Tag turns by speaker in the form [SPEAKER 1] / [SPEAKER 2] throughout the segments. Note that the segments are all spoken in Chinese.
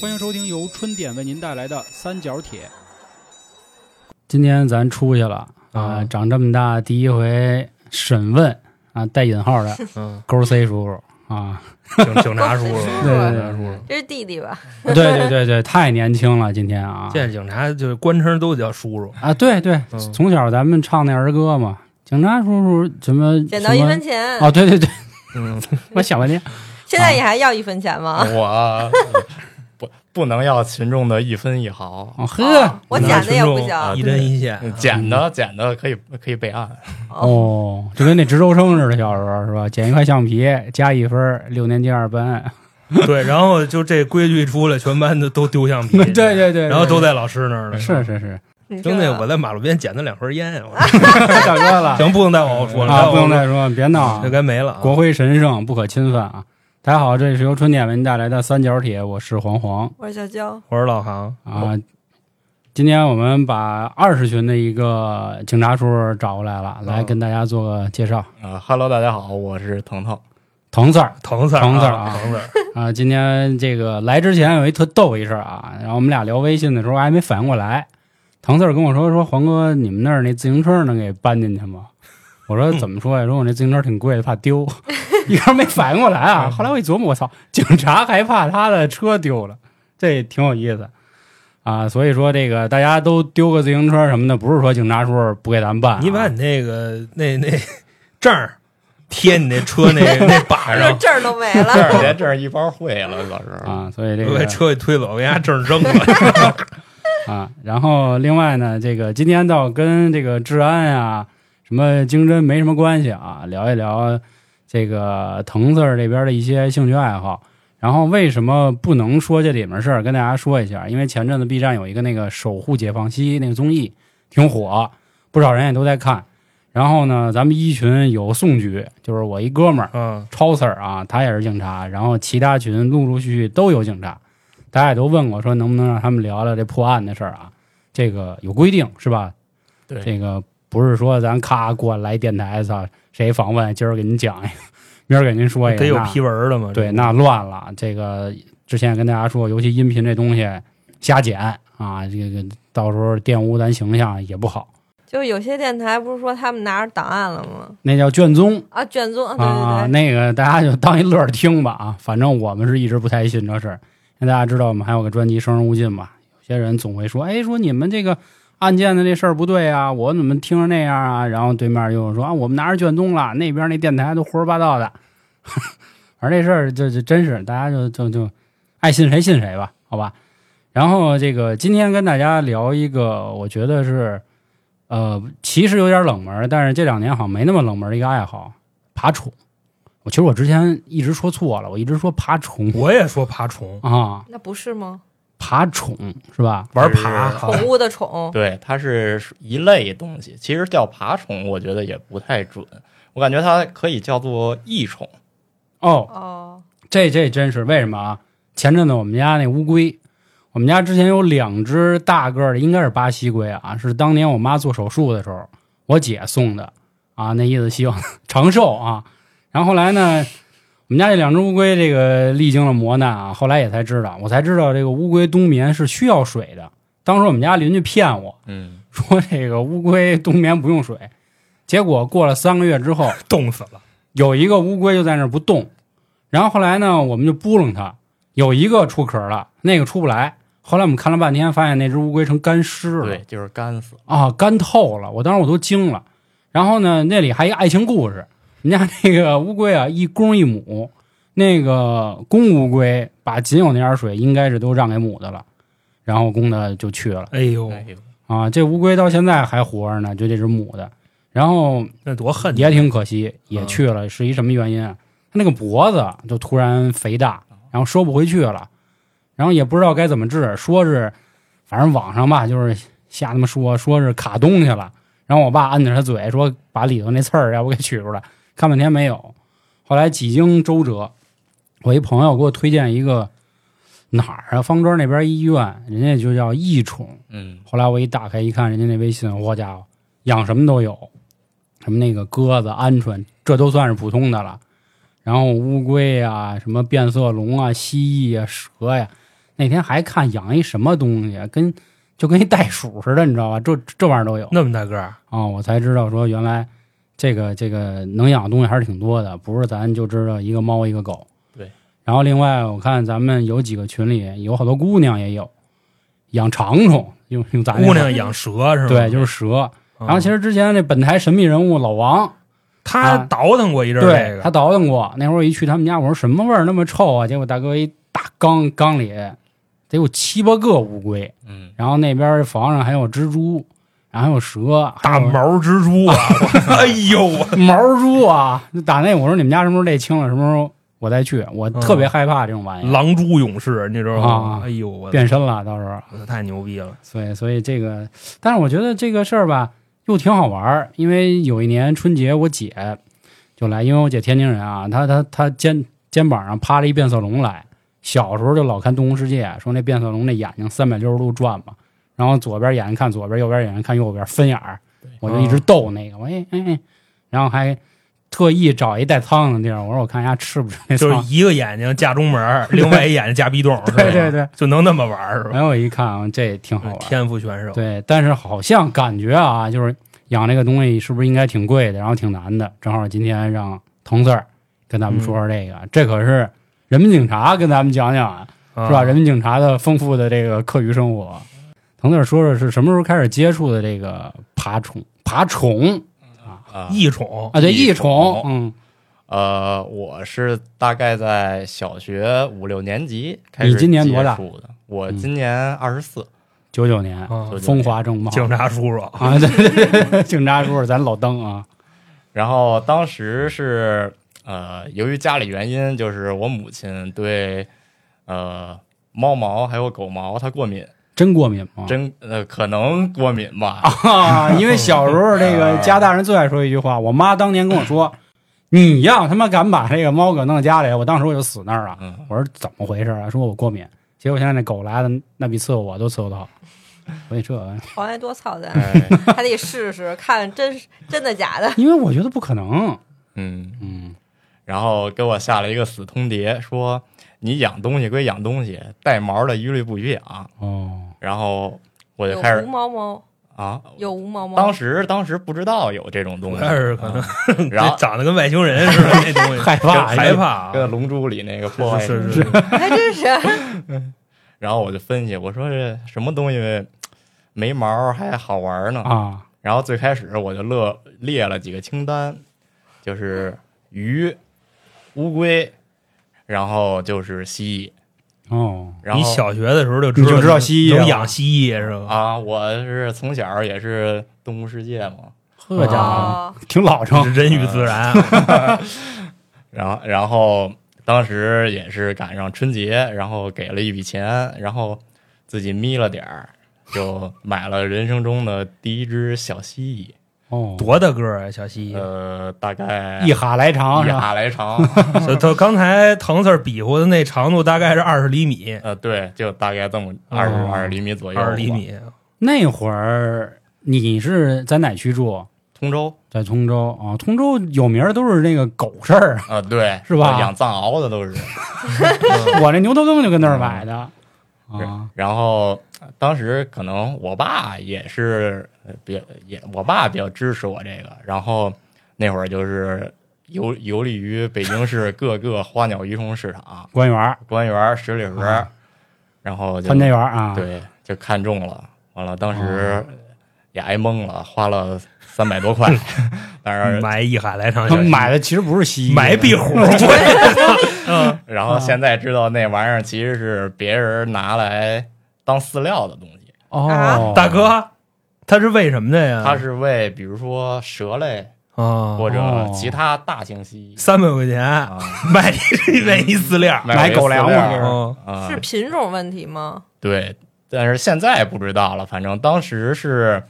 [SPEAKER 1] 欢迎收听由春点为您带来的《三角铁
[SPEAKER 2] 今天咱出去了啊、
[SPEAKER 3] 啊
[SPEAKER 2] 长这么大第一回审问啊，带引号的
[SPEAKER 3] 嗯，
[SPEAKER 2] 勾 C 叔叔啊，
[SPEAKER 3] 警警察叔
[SPEAKER 4] 对
[SPEAKER 3] 叔，
[SPEAKER 2] 对
[SPEAKER 3] 警
[SPEAKER 2] 对
[SPEAKER 3] 察叔叔，
[SPEAKER 4] 哦这是弟弟吧？
[SPEAKER 2] 对对对对，太年轻了，今天啊
[SPEAKER 3] 见警察就是官称都叫叔叔。
[SPEAKER 2] 啊，对对，
[SPEAKER 3] 嗯
[SPEAKER 2] 从小咱们唱那儿歌嘛，警察叔叔什么
[SPEAKER 4] 捡到一分
[SPEAKER 2] 钱
[SPEAKER 4] 钱，
[SPEAKER 2] 哦，对对对，
[SPEAKER 3] 嗯，
[SPEAKER 2] 我想半天，
[SPEAKER 4] 现在你还要一分钱吗？
[SPEAKER 5] 我呃不不能要群众的一分一毫，
[SPEAKER 2] 哦呵，
[SPEAKER 4] 哦 我
[SPEAKER 3] 警察
[SPEAKER 4] 捡的也
[SPEAKER 3] 群众啊
[SPEAKER 4] 不行
[SPEAKER 3] 一针一线，
[SPEAKER 5] 捡的捡的可以可以备案。
[SPEAKER 4] 哦，
[SPEAKER 2] 哦，就跟那值周生似的，小时候是吧？捡一块橡皮加一分儿，六年级二班，
[SPEAKER 3] 对，然后就这规矩一出来，全班的都丢橡皮，
[SPEAKER 2] 对对对对，
[SPEAKER 3] 然后都在老师那儿了。
[SPEAKER 2] 是是 是，
[SPEAKER 4] 你这
[SPEAKER 3] 兄弟，我在马路边捡了两盒烟， 我
[SPEAKER 2] 大哥 了
[SPEAKER 3] 行，不能再往后说了，
[SPEAKER 2] 啊，
[SPEAKER 3] 往后
[SPEAKER 2] 不用再说，别闹啊
[SPEAKER 3] 就，该没了啊。
[SPEAKER 2] 国徽神圣不可侵犯啊！大家好，这里是由春点为您带来的三角铁，我是黄黄
[SPEAKER 4] 我是小娇，
[SPEAKER 3] 我是老航，
[SPEAKER 2] 啊。今天我们把二十群的一个警察叔叔找过来了，来
[SPEAKER 3] 嗯
[SPEAKER 2] 跟大家做个介绍。
[SPEAKER 5] 呃哈喽，大家好，我是腾腾。
[SPEAKER 2] 腾四儿
[SPEAKER 3] 疼死
[SPEAKER 2] 疼
[SPEAKER 3] 疼
[SPEAKER 2] 死儿啊
[SPEAKER 3] 疼 死儿，
[SPEAKER 2] 啊，今天这个来之前有一特逗一事儿啊，然后我们俩聊微信的时候还没反应过来，腾四儿跟我说说黄哥，你们那儿那自行车能给搬进去吗？我 说怎么说呀？说我那自行车挺贵的，怕丢， 一开始没反应过来
[SPEAKER 3] 嗯
[SPEAKER 2] 啊。后来我一琢磨，我操，警察还怕他的车丢了，这挺有意思啊。所以说这个大家都丢个自行车什么的，不是说警察叔叔不给咱办、啊，
[SPEAKER 3] 你把你那个那 那证儿贴你那车那 那把
[SPEAKER 4] 这
[SPEAKER 3] 上，
[SPEAKER 4] 证儿都没
[SPEAKER 5] 这
[SPEAKER 4] 了，
[SPEAKER 5] 儿连这儿一包会了，主要是
[SPEAKER 2] 啊，所以这
[SPEAKER 3] 我
[SPEAKER 2] 个
[SPEAKER 3] 把车给推走，我给人家证儿 扔了。
[SPEAKER 2] 啊，然后另外呢，这个今天倒跟这个治安啊、什么经侦没什么关系啊，聊一聊这个腾字儿这边的一些兴趣爱好。然后为什么不能说这里面事儿？跟大家说一下，因为前阵子 B 站有一个那个《守护解放西》那个综艺挺火，不少人也都在看。然后呢，咱们一群有宋局，就是我一哥们儿，
[SPEAKER 3] 嗯，
[SPEAKER 2] 超 Sir 啊，他也是警察，然后其他群陆陆续续都有警察，大家也都问我说能不能让他们聊聊这破案的事儿啊？这个有规定是吧？
[SPEAKER 5] 对
[SPEAKER 2] 这个不是说咱咔过来电台操谁访问，今儿给您讲一个， 明儿给您说一个，
[SPEAKER 3] 得有
[SPEAKER 2] 那
[SPEAKER 3] 批文儿的嘛。
[SPEAKER 2] 对，那乱了。这个之前也跟大家说，尤其音频这东西瞎剪啊，这个到时候玷污咱形象也不好。
[SPEAKER 4] 就有些电台不是说他们拿着档案了吗？
[SPEAKER 2] 那叫卷宗，
[SPEAKER 4] 啊，卷宗，
[SPEAKER 2] 啊，
[SPEAKER 4] 对对对，
[SPEAKER 2] 那个大家就当一乐儿听吧啊，反正我们是一直不太信这事儿。那大家知道我们还有个专辑《生人勿近》嘛，有些人总会说，哎，说你们这个案件的这事儿不对啊，我怎么听着那样啊？然后对面又说啊，我们拿着卷宗了，那边那电台都胡说八道的。 而这事儿就就真是大家就就就爱信谁信谁吧，好吧。然后这个今天跟大家聊一个，我觉得是，呃，其实有点冷门，但是这两年好像没那么冷门的一个爱好，爬虫。我其实我之前一直说错了，我一直说爬虫
[SPEAKER 3] 我也说爬虫，
[SPEAKER 2] 啊，
[SPEAKER 4] 那不是吗？
[SPEAKER 2] 爬虫是吧？
[SPEAKER 3] 玩爬
[SPEAKER 5] 是
[SPEAKER 2] 啊
[SPEAKER 3] 好
[SPEAKER 4] 宠物的宠，
[SPEAKER 5] 对，它是一类东西。其实叫爬虫，我觉得也不太准，我感觉它可以叫做异虫。
[SPEAKER 2] 哦，
[SPEAKER 4] 哦，
[SPEAKER 2] 这这真是为什么啊？前阵子我们家那乌龟，我们家之前有两只大个儿的，应该是巴西龟啊，是当年我妈做手术的时候，我姐送的啊，那意思希望 长寿啊。然后后来呢，我们家这两只乌龟这个历经了磨难啊，后来也才知道，我才知道这个乌龟冬眠是需要水的。当时我们家邻居骗我
[SPEAKER 5] 嗯，
[SPEAKER 2] 说这个乌龟冬眠不用水，结果过了三个月之后，
[SPEAKER 3] 冻死了。
[SPEAKER 2] 有一个乌龟就在那儿不动，然后后来呢，我们就拨弄它，有一个出壳了，那个出不来。后来我们看了半天，发现那只乌龟成干尸了
[SPEAKER 5] 对，就是干死。
[SPEAKER 2] 啊，干透了。我当时我都惊了。然后呢，那里还有一个爱情故事，人家那个乌龟啊，一公一母，那个公乌龟把仅有那点水应该是都让给母的了，然后公的就去了
[SPEAKER 3] 哎呦，
[SPEAKER 5] 哎呦，
[SPEAKER 2] 啊。这乌龟到现在还活着呢，就这只母的。然后
[SPEAKER 3] 那多恨你啊
[SPEAKER 2] 也挺可惜，也去了，是一什么原因啊？他那个脖子就突然肥大，然后收不回去了，然后也不知道该怎么治，说是反正网上吧，就是瞎他妈说，说是卡东西了。然后我爸摁着他嘴说：“把里头那刺儿要不给取出来。”看半天没有，后来几经周折，我一朋友给我推荐一个哪儿啊，方庄那边医院，人家就叫义宠，
[SPEAKER 5] 嗯，
[SPEAKER 2] 后来我一打开一看，人家那微信，好家伙，养什么都有，什么那个鸽子、鹌鹑，这都算是普通的了。然后乌龟啊，什么变色龙啊、蜥蜴啊、蛇呀、那天还看养一什么东西，啊跟就跟一袋鼠似的，你知道吧？这这玩意儿都有啊、
[SPEAKER 3] 那么大个儿，
[SPEAKER 2] 我才知道说原来这个这个能养的东西还是挺多的，不是咱就知道一个猫一个狗。
[SPEAKER 5] 对。
[SPEAKER 2] 然后另外我看咱们有几个群里有好多姑娘也有养长虫，用用咱那
[SPEAKER 3] 姑
[SPEAKER 2] 话
[SPEAKER 3] 娘养蛇是吗？
[SPEAKER 2] 对就是蛇。
[SPEAKER 3] 嗯，
[SPEAKER 2] 然后其实之前那本台神秘人物老王，
[SPEAKER 3] 他
[SPEAKER 2] 啊
[SPEAKER 3] 倒腾过一阵儿
[SPEAKER 2] 对
[SPEAKER 3] 这个，
[SPEAKER 2] 他倒腾过，那会儿我一去他们家，我说什么味儿那么臭啊？结果大哥一大缸缸里得有七八个乌龟，
[SPEAKER 5] 嗯，
[SPEAKER 2] 然后那边房上还有蜘蛛，然后还有蛇，还
[SPEAKER 3] 大
[SPEAKER 2] 有
[SPEAKER 3] 毛蜘蛛 啊！我哎呦，我
[SPEAKER 2] 毛蛛啊！就打那我说你们家什么时候累清了，什么时候我再去，我
[SPEAKER 3] 嗯
[SPEAKER 2] 特别害怕这种玩意儿，
[SPEAKER 3] 狼蛛勇士，你知道
[SPEAKER 2] 啊
[SPEAKER 3] 吗？哎呦，我
[SPEAKER 2] 变身了到时候。
[SPEAKER 3] 我太牛逼了！
[SPEAKER 2] 所以，所以这个，但是我觉得这个事儿吧，又挺好玩儿。因为有一年春节，我姐就来，因为我姐天津人啊，她她她肩肩膀上趴着一变色龙来。小时候就老看《动物世界》，说那变色龙那眼睛三百六十度转嘛，然后左边眼睛看左边，右边眼睛看右边，分眼儿。我就一
[SPEAKER 3] 哦
[SPEAKER 2] 直逗那个，我哎哎哎，然后还特意找一带苍蝇的地儿，我说我看人家吃不吃那
[SPEAKER 3] 就
[SPEAKER 2] 苍
[SPEAKER 3] 是
[SPEAKER 2] 蝇。
[SPEAKER 3] 一个眼睛架中门 儿，另外一眼睛架壁洞，是吧
[SPEAKER 2] 对对对，
[SPEAKER 3] 就能那么玩儿是吧？
[SPEAKER 2] 然后我一看啊，这挺好玩儿。
[SPEAKER 3] 天赋全胜，
[SPEAKER 2] 对，但是好像感觉啊，就是养这个东西是不是应该挺贵的，然后挺难的。正好今天让腾四儿跟咱们说说这个，这可是人民警察跟咱们讲讲啊，
[SPEAKER 3] 啊
[SPEAKER 2] 是吧？人民警察的丰富的这个课余生活。腾四儿说说是什么时候开始接触的这个爬虫？爬虫
[SPEAKER 5] 啊
[SPEAKER 3] 异宠
[SPEAKER 2] 啊，对，
[SPEAKER 5] 益
[SPEAKER 2] 益虫
[SPEAKER 5] 虫，
[SPEAKER 2] 嗯，
[SPEAKER 5] 呃，我是大概在小学五六年级开
[SPEAKER 2] 你
[SPEAKER 5] 始
[SPEAKER 2] 今年多
[SPEAKER 5] 接
[SPEAKER 2] 大
[SPEAKER 5] 触的，我
[SPEAKER 2] 嗯
[SPEAKER 5] 今年二十四，
[SPEAKER 2] 九九年，
[SPEAKER 3] 啊
[SPEAKER 5] 就
[SPEAKER 2] 风华正茂，
[SPEAKER 3] 警察叔叔
[SPEAKER 2] 啊，对对对对，警察叔叔，咱老登啊，
[SPEAKER 5] 然后当时是呃，由于家里原因，就是我母亲对呃猫毛还有狗毛她过敏，
[SPEAKER 2] 真过敏吗？
[SPEAKER 5] 真呃可能过敏吧。
[SPEAKER 2] 啊，因为小时候这个家大人最爱说一句话，我妈当年跟我说：“你要他妈敢把这个猫搁弄家里，我当时我就死那儿了。
[SPEAKER 5] 嗯”，
[SPEAKER 2] 我说怎么回事啊？说我过敏，结果现在那狗来了，那比伺候我都伺候到。所以这玩意儿，
[SPEAKER 4] 好爱多操蛋，啊
[SPEAKER 5] 哎
[SPEAKER 4] 还得试试看真是真的假的。
[SPEAKER 2] 因为我觉得不可能。
[SPEAKER 5] 嗯，
[SPEAKER 2] 嗯，
[SPEAKER 5] 然后给我下了一个死通牒，说你养东西归养东西，带毛的一律不许养。
[SPEAKER 2] 哦，
[SPEAKER 5] 然后我
[SPEAKER 4] 有
[SPEAKER 5] 就开
[SPEAKER 4] 无
[SPEAKER 5] 始
[SPEAKER 4] 毛猫，
[SPEAKER 5] 啊，
[SPEAKER 4] 有无毛猫。
[SPEAKER 5] 当时当时不知道有这种东西，
[SPEAKER 3] 但是可能
[SPEAKER 5] 嗯然后
[SPEAKER 3] 长得跟外星人似的那东 西，
[SPEAKER 2] 害怕哎
[SPEAKER 3] 害怕啊
[SPEAKER 5] 跟《龙珠》里那个破坏
[SPEAKER 3] 是
[SPEAKER 5] 神
[SPEAKER 3] 是是是，
[SPEAKER 4] 还真是，
[SPEAKER 5] 然后我就分析，我说这什么东西没毛还好玩呢？
[SPEAKER 2] 啊，
[SPEAKER 5] 然后最开始我就乐列了几个清单，就是鱼、乌龟，然后就是蜥
[SPEAKER 2] 哦，
[SPEAKER 5] 蜴。然
[SPEAKER 3] 你
[SPEAKER 5] 后
[SPEAKER 3] 小学的时候就
[SPEAKER 2] 你就知道
[SPEAKER 3] 能
[SPEAKER 2] 蜥蜴了
[SPEAKER 3] 能养蜥蜴是吧？
[SPEAKER 5] 啊，我是从小也是动物世界嘛，
[SPEAKER 2] 这家伙
[SPEAKER 4] 哦，
[SPEAKER 2] 挺老成。
[SPEAKER 3] 人与自然，啊
[SPEAKER 5] 然后然后当时也是赶上春节，然后给了一笔钱，然后自己眯了点儿，就买了人生中的第一只小蜥蜴。
[SPEAKER 2] 哦，
[SPEAKER 3] 多大个儿啊，小蜥蜴！
[SPEAKER 5] 呃，大概
[SPEAKER 2] 一哈来长
[SPEAKER 5] 一
[SPEAKER 2] 是吧？
[SPEAKER 5] 哈来长，
[SPEAKER 3] 就他刚才腾 Sir 比划的那长度大概是二十厘米，
[SPEAKER 5] 呃，对，就大概这么
[SPEAKER 2] 哦
[SPEAKER 5] 二十二厘米左右，
[SPEAKER 3] 二十厘，米。
[SPEAKER 2] 那会儿你是在哪区住？
[SPEAKER 5] 通州
[SPEAKER 2] 在通州啊，通州有名儿都是那个狗事儿啊。
[SPEAKER 5] 啊、呃对，
[SPEAKER 2] 是吧
[SPEAKER 5] 养藏獒的都是。嗯
[SPEAKER 2] 我那牛头羹就跟那儿买的啊，
[SPEAKER 5] 然后当时可能我爸也是呃比也，我爸比较支持我这个。然后那会儿就是游游历于北京市各个花鸟鱼虫市场、
[SPEAKER 2] 官员儿、
[SPEAKER 5] 官园、十里河，
[SPEAKER 2] 啊
[SPEAKER 5] 然后就
[SPEAKER 2] 潘家园儿啊，，哦
[SPEAKER 5] 对就看中了。完了，当时也挨懵了，花了三百 多块，但是
[SPEAKER 3] 买一海来长
[SPEAKER 2] 他
[SPEAKER 3] 小
[SPEAKER 2] 们
[SPEAKER 3] 蜥蜴，
[SPEAKER 2] 买的其实不是蜥蜴，
[SPEAKER 3] 买壁虎，
[SPEAKER 5] 然
[SPEAKER 2] 啊
[SPEAKER 5] 后现在知道那玩意儿其实是别人拿来当饲料的东西，
[SPEAKER 2] 哦
[SPEAKER 4] 啊，
[SPEAKER 3] 大哥，他是为什么的
[SPEAKER 2] 嗯
[SPEAKER 3] 呀？
[SPEAKER 5] 它是为比如说蛇类
[SPEAKER 3] 啊，
[SPEAKER 5] 或者
[SPEAKER 2] 哦
[SPEAKER 5] 其他大型蜥蜴
[SPEAKER 3] 三百块钱
[SPEAKER 5] 啊，
[SPEAKER 3] 买一买一饲料，
[SPEAKER 5] 卖
[SPEAKER 2] 买
[SPEAKER 5] 为
[SPEAKER 2] 狗
[SPEAKER 5] 饲
[SPEAKER 2] 粮嘛
[SPEAKER 5] 料
[SPEAKER 2] 这
[SPEAKER 3] 嗯，
[SPEAKER 5] 啊
[SPEAKER 4] 是，品种问题吗？
[SPEAKER 5] 对，但是现在不知道了，反正当时是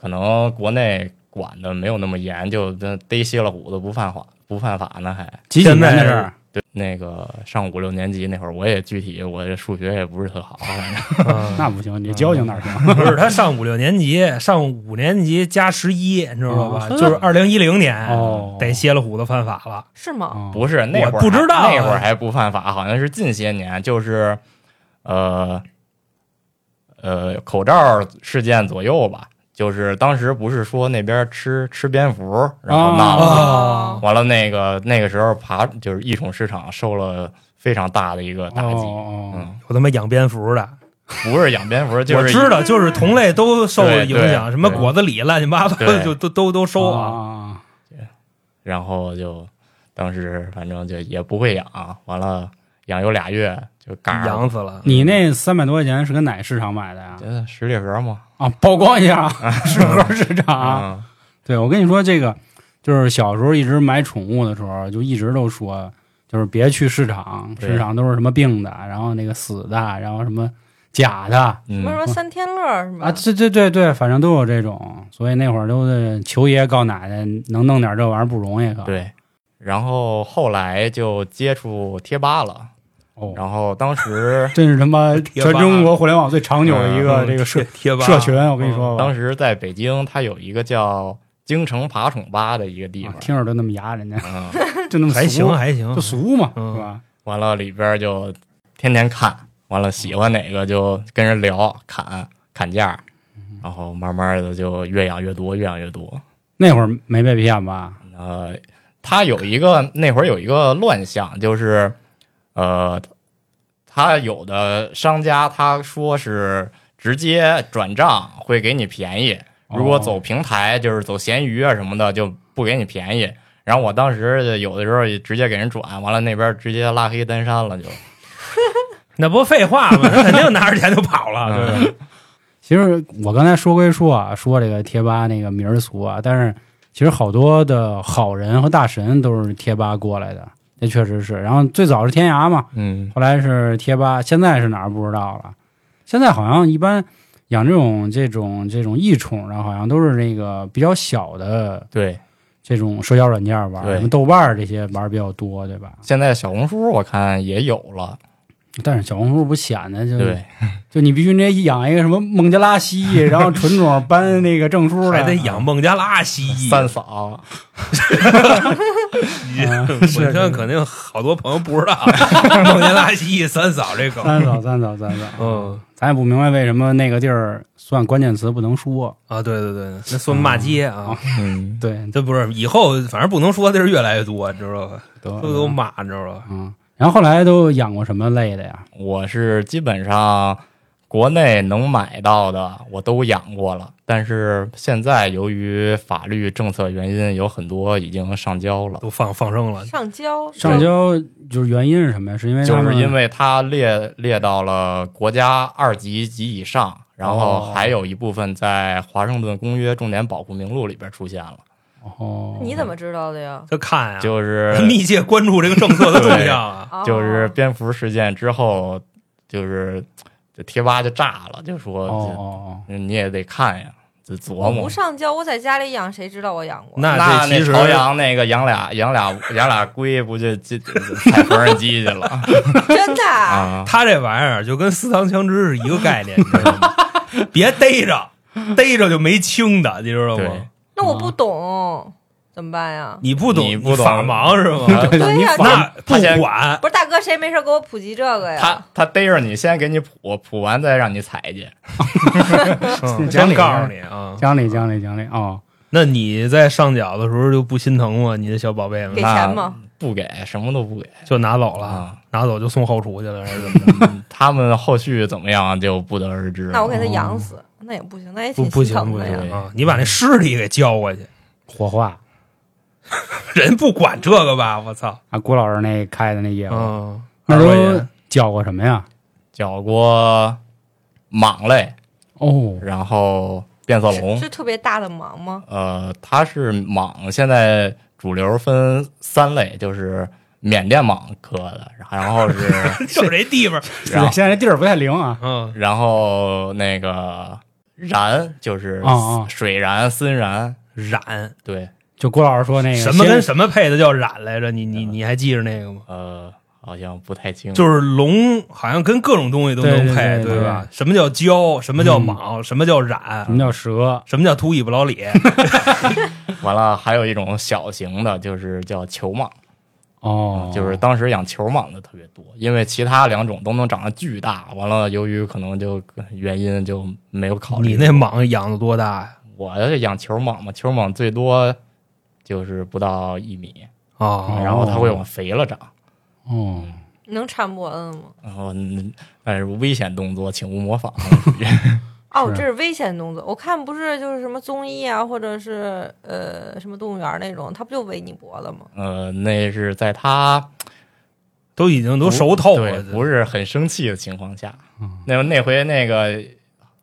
[SPEAKER 5] 可能国内管的没有那么严，就那逮稀了虎子不犯法不犯法呢还。
[SPEAKER 2] 几几年的
[SPEAKER 3] 现在
[SPEAKER 2] 事
[SPEAKER 3] 是
[SPEAKER 2] 儿
[SPEAKER 5] 对，那个上五六年级那会儿，我也具体我这数学也不是特好，反正
[SPEAKER 2] 那不行，你交情哪儿行？
[SPEAKER 3] 哦不是他上五六年级，上五年级加十一，你知道吧？
[SPEAKER 2] 哦
[SPEAKER 3] 就是二零一零年，
[SPEAKER 2] 哦
[SPEAKER 3] 逮歇了虎子犯法了，
[SPEAKER 4] 是吗？
[SPEAKER 2] 哦
[SPEAKER 5] 不是那会儿
[SPEAKER 3] 不知
[SPEAKER 5] 还
[SPEAKER 3] 道啊
[SPEAKER 5] 那会儿还不犯法，好像是近些年就是。呃呃口罩事件左右吧，就是当时不是说那边吃吃蝙蝠，然
[SPEAKER 3] 啊
[SPEAKER 5] 后闹的、
[SPEAKER 3] 哦
[SPEAKER 5] 完了那个那个时候爬就是异宠市场受了非常大的一个打击，
[SPEAKER 2] 哦
[SPEAKER 5] 嗯，
[SPEAKER 3] 有他妈养蝙蝠的，
[SPEAKER 5] 不是养蝙蝠，
[SPEAKER 3] 我
[SPEAKER 5] 就是
[SPEAKER 3] 知道，就是同类都受
[SPEAKER 5] 对
[SPEAKER 3] 影
[SPEAKER 5] 对
[SPEAKER 3] 响，什么
[SPEAKER 5] 对
[SPEAKER 3] 果子狸乱七八糟的
[SPEAKER 5] 对哦
[SPEAKER 3] 就都都都收啊。
[SPEAKER 2] 啊，
[SPEAKER 5] 然后就当时反正就也不会养，完了养有俩月就嘎
[SPEAKER 3] 养死了，
[SPEAKER 2] 你那三百多块钱是跟哪个市场买的呀？
[SPEAKER 5] 呃十里河嘛
[SPEAKER 2] 啊，曝光一下啊，适合市场啊。
[SPEAKER 5] 嗯
[SPEAKER 2] 对，我跟你说，这个就是小时候一直买宠物的时候，就一直都说，就是别去市场，
[SPEAKER 5] 对
[SPEAKER 2] 市场都是什么病的，然后那个死的，然后什么假的
[SPEAKER 4] 什
[SPEAKER 5] 嗯
[SPEAKER 4] 么什么三天乐是吧？
[SPEAKER 2] 啊，对对对对，反正都有这种。所以那会儿都是求爷爷告奶奶，能弄点这玩意儿不容易可。
[SPEAKER 5] 对，然后后来就接触贴吧了，
[SPEAKER 2] 哦，
[SPEAKER 5] 然后当 时
[SPEAKER 2] 真是他妈
[SPEAKER 3] 贴
[SPEAKER 2] 全
[SPEAKER 3] 吧
[SPEAKER 2] 中国互联网最长久的一个
[SPEAKER 3] 嗯
[SPEAKER 2] 这个社
[SPEAKER 3] 贴贴吧嗯
[SPEAKER 2] 社群，我跟你说吧，啊
[SPEAKER 5] 当时在北京，它有一个叫京城爬宠吧的一个地
[SPEAKER 2] 啊
[SPEAKER 5] 方，
[SPEAKER 2] 听着都那么牙，人家
[SPEAKER 5] 嗯，
[SPEAKER 2] 就那么
[SPEAKER 3] 还行
[SPEAKER 2] 俗
[SPEAKER 3] 还行
[SPEAKER 2] 就，俗嘛，
[SPEAKER 3] 嗯
[SPEAKER 2] 是吧？
[SPEAKER 5] 完了里边就天天看，完了喜欢哪个就跟人聊砍砍价，然后慢慢的就越养越多，越养越多。
[SPEAKER 2] 那会儿没被骗吧？
[SPEAKER 5] 呃，他有一个那会儿有一个乱象，就是呃，他有的商家他说是直接转账会给你便宜，如果走平台就是走闲鱼啊什么的就不给你便宜。然后我当时就有的时候也直接给人转，完了那边直接拉黑单删了就，
[SPEAKER 3] 那不废话吗？他肯定拿着钱就跑了，
[SPEAKER 5] 嗯
[SPEAKER 3] 对吧？
[SPEAKER 2] 其实我刚才说归说啊，说这个贴吧那个名儿俗啊，但是其实好多的好人和大神都是贴吧过来的，这确实是。然后最早是天涯嘛，
[SPEAKER 5] 嗯，
[SPEAKER 2] 后来是贴吧，现在是哪儿不知道了。现在好像一般养这种这种这种异宠的，好像都是那个比较小的
[SPEAKER 5] 对。
[SPEAKER 2] 这种社交软件玩儿，
[SPEAKER 5] 对
[SPEAKER 2] 什么豆瓣儿这些玩儿比较多，对吧？
[SPEAKER 5] 现在小红书我看也有了，
[SPEAKER 2] 但是小红书不显得就
[SPEAKER 5] 对，
[SPEAKER 2] 就你必须得养一个什么孟加拉蜥蜴，然后纯种颁那个证书 来
[SPEAKER 3] 还得养孟加拉蜥蜴，
[SPEAKER 5] 三嫂，
[SPEAKER 2] 啊
[SPEAKER 3] 嗯我现在肯定好多朋友不知道孟加拉蜥蜴三嫂这狗，
[SPEAKER 2] 三嫂，三嫂，三嫂，
[SPEAKER 3] 嗯
[SPEAKER 2] 咱也不明白为什么那个地儿算关键词不能说。
[SPEAKER 3] 啊，对对对，那算骂街啊，
[SPEAKER 5] 嗯，
[SPEAKER 2] 对，
[SPEAKER 3] 这不是以后反正不能说的地儿越来越多，你知道吧？
[SPEAKER 2] 都
[SPEAKER 3] 都都骂，你知道吧？
[SPEAKER 2] 嗯。然后后来都养过什么类的呀？
[SPEAKER 5] 我是基本上国内能买到的我都养过了，但是现在由于法律政策原因，有很多已经上交了，
[SPEAKER 3] 都放放生了，
[SPEAKER 4] 上交
[SPEAKER 2] 上交就是原因是什么呀？是因为他
[SPEAKER 5] 就
[SPEAKER 2] 们
[SPEAKER 5] 是因为它列列到了国家二级及以上，然后还有一部分在《华盛顿公约重点保护名录》里边出现了，
[SPEAKER 2] 哦，
[SPEAKER 4] 你怎么知道的呀？
[SPEAKER 3] 就看呀，
[SPEAKER 5] 就是
[SPEAKER 3] 密切关注这个政策的动向啊。
[SPEAKER 4] 哦
[SPEAKER 5] 就是蝙蝠事件之后，就是这贴吧就炸了，就
[SPEAKER 2] 哦
[SPEAKER 5] 说这
[SPEAKER 2] 哦
[SPEAKER 5] 你也得看呀，得琢磨
[SPEAKER 4] 不。上交，我在家里养，谁知道我养过？
[SPEAKER 3] 那这
[SPEAKER 5] 那
[SPEAKER 3] 其实
[SPEAKER 5] 朝阳那个养俩养俩养俩龟，不就进 踩缝纫机去了
[SPEAKER 4] 真的 啊，
[SPEAKER 5] 啊？
[SPEAKER 3] 他这玩意儿就跟私藏枪支是一个概念，你知道吗？别逮着，逮着就没轻的，你知道吗
[SPEAKER 5] 对？，
[SPEAKER 4] 那我不懂，怎么办呀？
[SPEAKER 3] 你不懂，
[SPEAKER 5] 你不懂
[SPEAKER 3] 法盲 是吗？
[SPEAKER 5] 啊
[SPEAKER 4] 对呀，
[SPEAKER 3] 那
[SPEAKER 5] 他先
[SPEAKER 3] 不管，
[SPEAKER 4] 不是大哥，谁没事给我普及这个呀
[SPEAKER 5] 他？他逮着你，先给你谱谱完，再让你踩去。
[SPEAKER 2] 嗯
[SPEAKER 3] 先告诉你啊
[SPEAKER 2] 哦，。讲理讲理讲理哦，
[SPEAKER 3] 那你在上脚的时候就不心疼吗？你的小宝贝
[SPEAKER 4] 给
[SPEAKER 3] 们
[SPEAKER 4] 钱吗？
[SPEAKER 5] 不给，什么都不给。
[SPEAKER 3] 就拿走了
[SPEAKER 5] 啊，
[SPEAKER 3] 拿走就送后厨去了，还是怎么着？
[SPEAKER 5] 嗯他们后续怎么样就不得而知了。
[SPEAKER 4] 那我给他养死，那也不行，那也
[SPEAKER 3] 不
[SPEAKER 4] 挺
[SPEAKER 3] 不
[SPEAKER 4] 心
[SPEAKER 3] 行
[SPEAKER 4] 疼
[SPEAKER 3] 不
[SPEAKER 4] 的呀。
[SPEAKER 3] 行啊！你把那尸体给交过去，
[SPEAKER 2] 火化
[SPEAKER 3] 人不管这个吧？我操！
[SPEAKER 2] 啊，郭老师那开的那业务，
[SPEAKER 3] 嗯，
[SPEAKER 2] 那
[SPEAKER 3] 二十块
[SPEAKER 2] 都
[SPEAKER 3] 钱
[SPEAKER 2] 叫过什么呀？
[SPEAKER 5] 搅过蟒类，
[SPEAKER 2] 哦，
[SPEAKER 5] 然后变色龙
[SPEAKER 4] 是，是特别大的忙吗？
[SPEAKER 5] 呃，它是蟒，现在主流分三类，就是缅甸蟒科的，然后是，
[SPEAKER 3] 就这地方，
[SPEAKER 5] 然后
[SPEAKER 2] 现在这地儿不太灵啊。
[SPEAKER 3] 嗯，
[SPEAKER 5] 然后那个燃就是
[SPEAKER 2] 哦
[SPEAKER 3] 啊
[SPEAKER 2] 哦
[SPEAKER 5] 水燃、森燃，
[SPEAKER 3] 染
[SPEAKER 5] 对，
[SPEAKER 2] 就郭老师说那个
[SPEAKER 3] 什么跟
[SPEAKER 2] 哎先嗯
[SPEAKER 3] 什么配的叫染来着？你你你还记着那个吗？
[SPEAKER 5] 呃，好像不太清，
[SPEAKER 3] 就是龙，好像跟各种东西都能
[SPEAKER 2] 对对对
[SPEAKER 3] 配，
[SPEAKER 2] 对嗯
[SPEAKER 3] 吧？什么叫胶？什么叫蟒？什么叫染
[SPEAKER 2] 什？么叫蛇？
[SPEAKER 3] 什么叫秃尾巴老李？
[SPEAKER 5] 完了，还有一种小型的，就是叫球蟒，
[SPEAKER 2] 哦，
[SPEAKER 5] 嗯就是当时养球蟒的特别多，因为其他两种都能长得巨大，完了由于可能就原因就没有考虑。
[SPEAKER 3] 你那蟒养的多大呀？
[SPEAKER 5] 我要是养球蟒嘛，球蟒最多就是不到一米，
[SPEAKER 3] 啊，
[SPEAKER 2] 嗯
[SPEAKER 5] 然后它会往肥了长。
[SPEAKER 2] 哦，
[SPEAKER 4] 能缠脖子吗？
[SPEAKER 5] 然后，嗯但是危险动作请勿模仿。
[SPEAKER 4] 哦，
[SPEAKER 2] 是
[SPEAKER 4] 这是危险动作。我看不是就是什么综艺啊，或者是呃什么动物园那种，他不就围你脖子吗？
[SPEAKER 5] 呃，那是在它
[SPEAKER 3] 都已经都熟透
[SPEAKER 5] 对
[SPEAKER 3] 了，
[SPEAKER 5] 不是很生气的情况下。那那回那个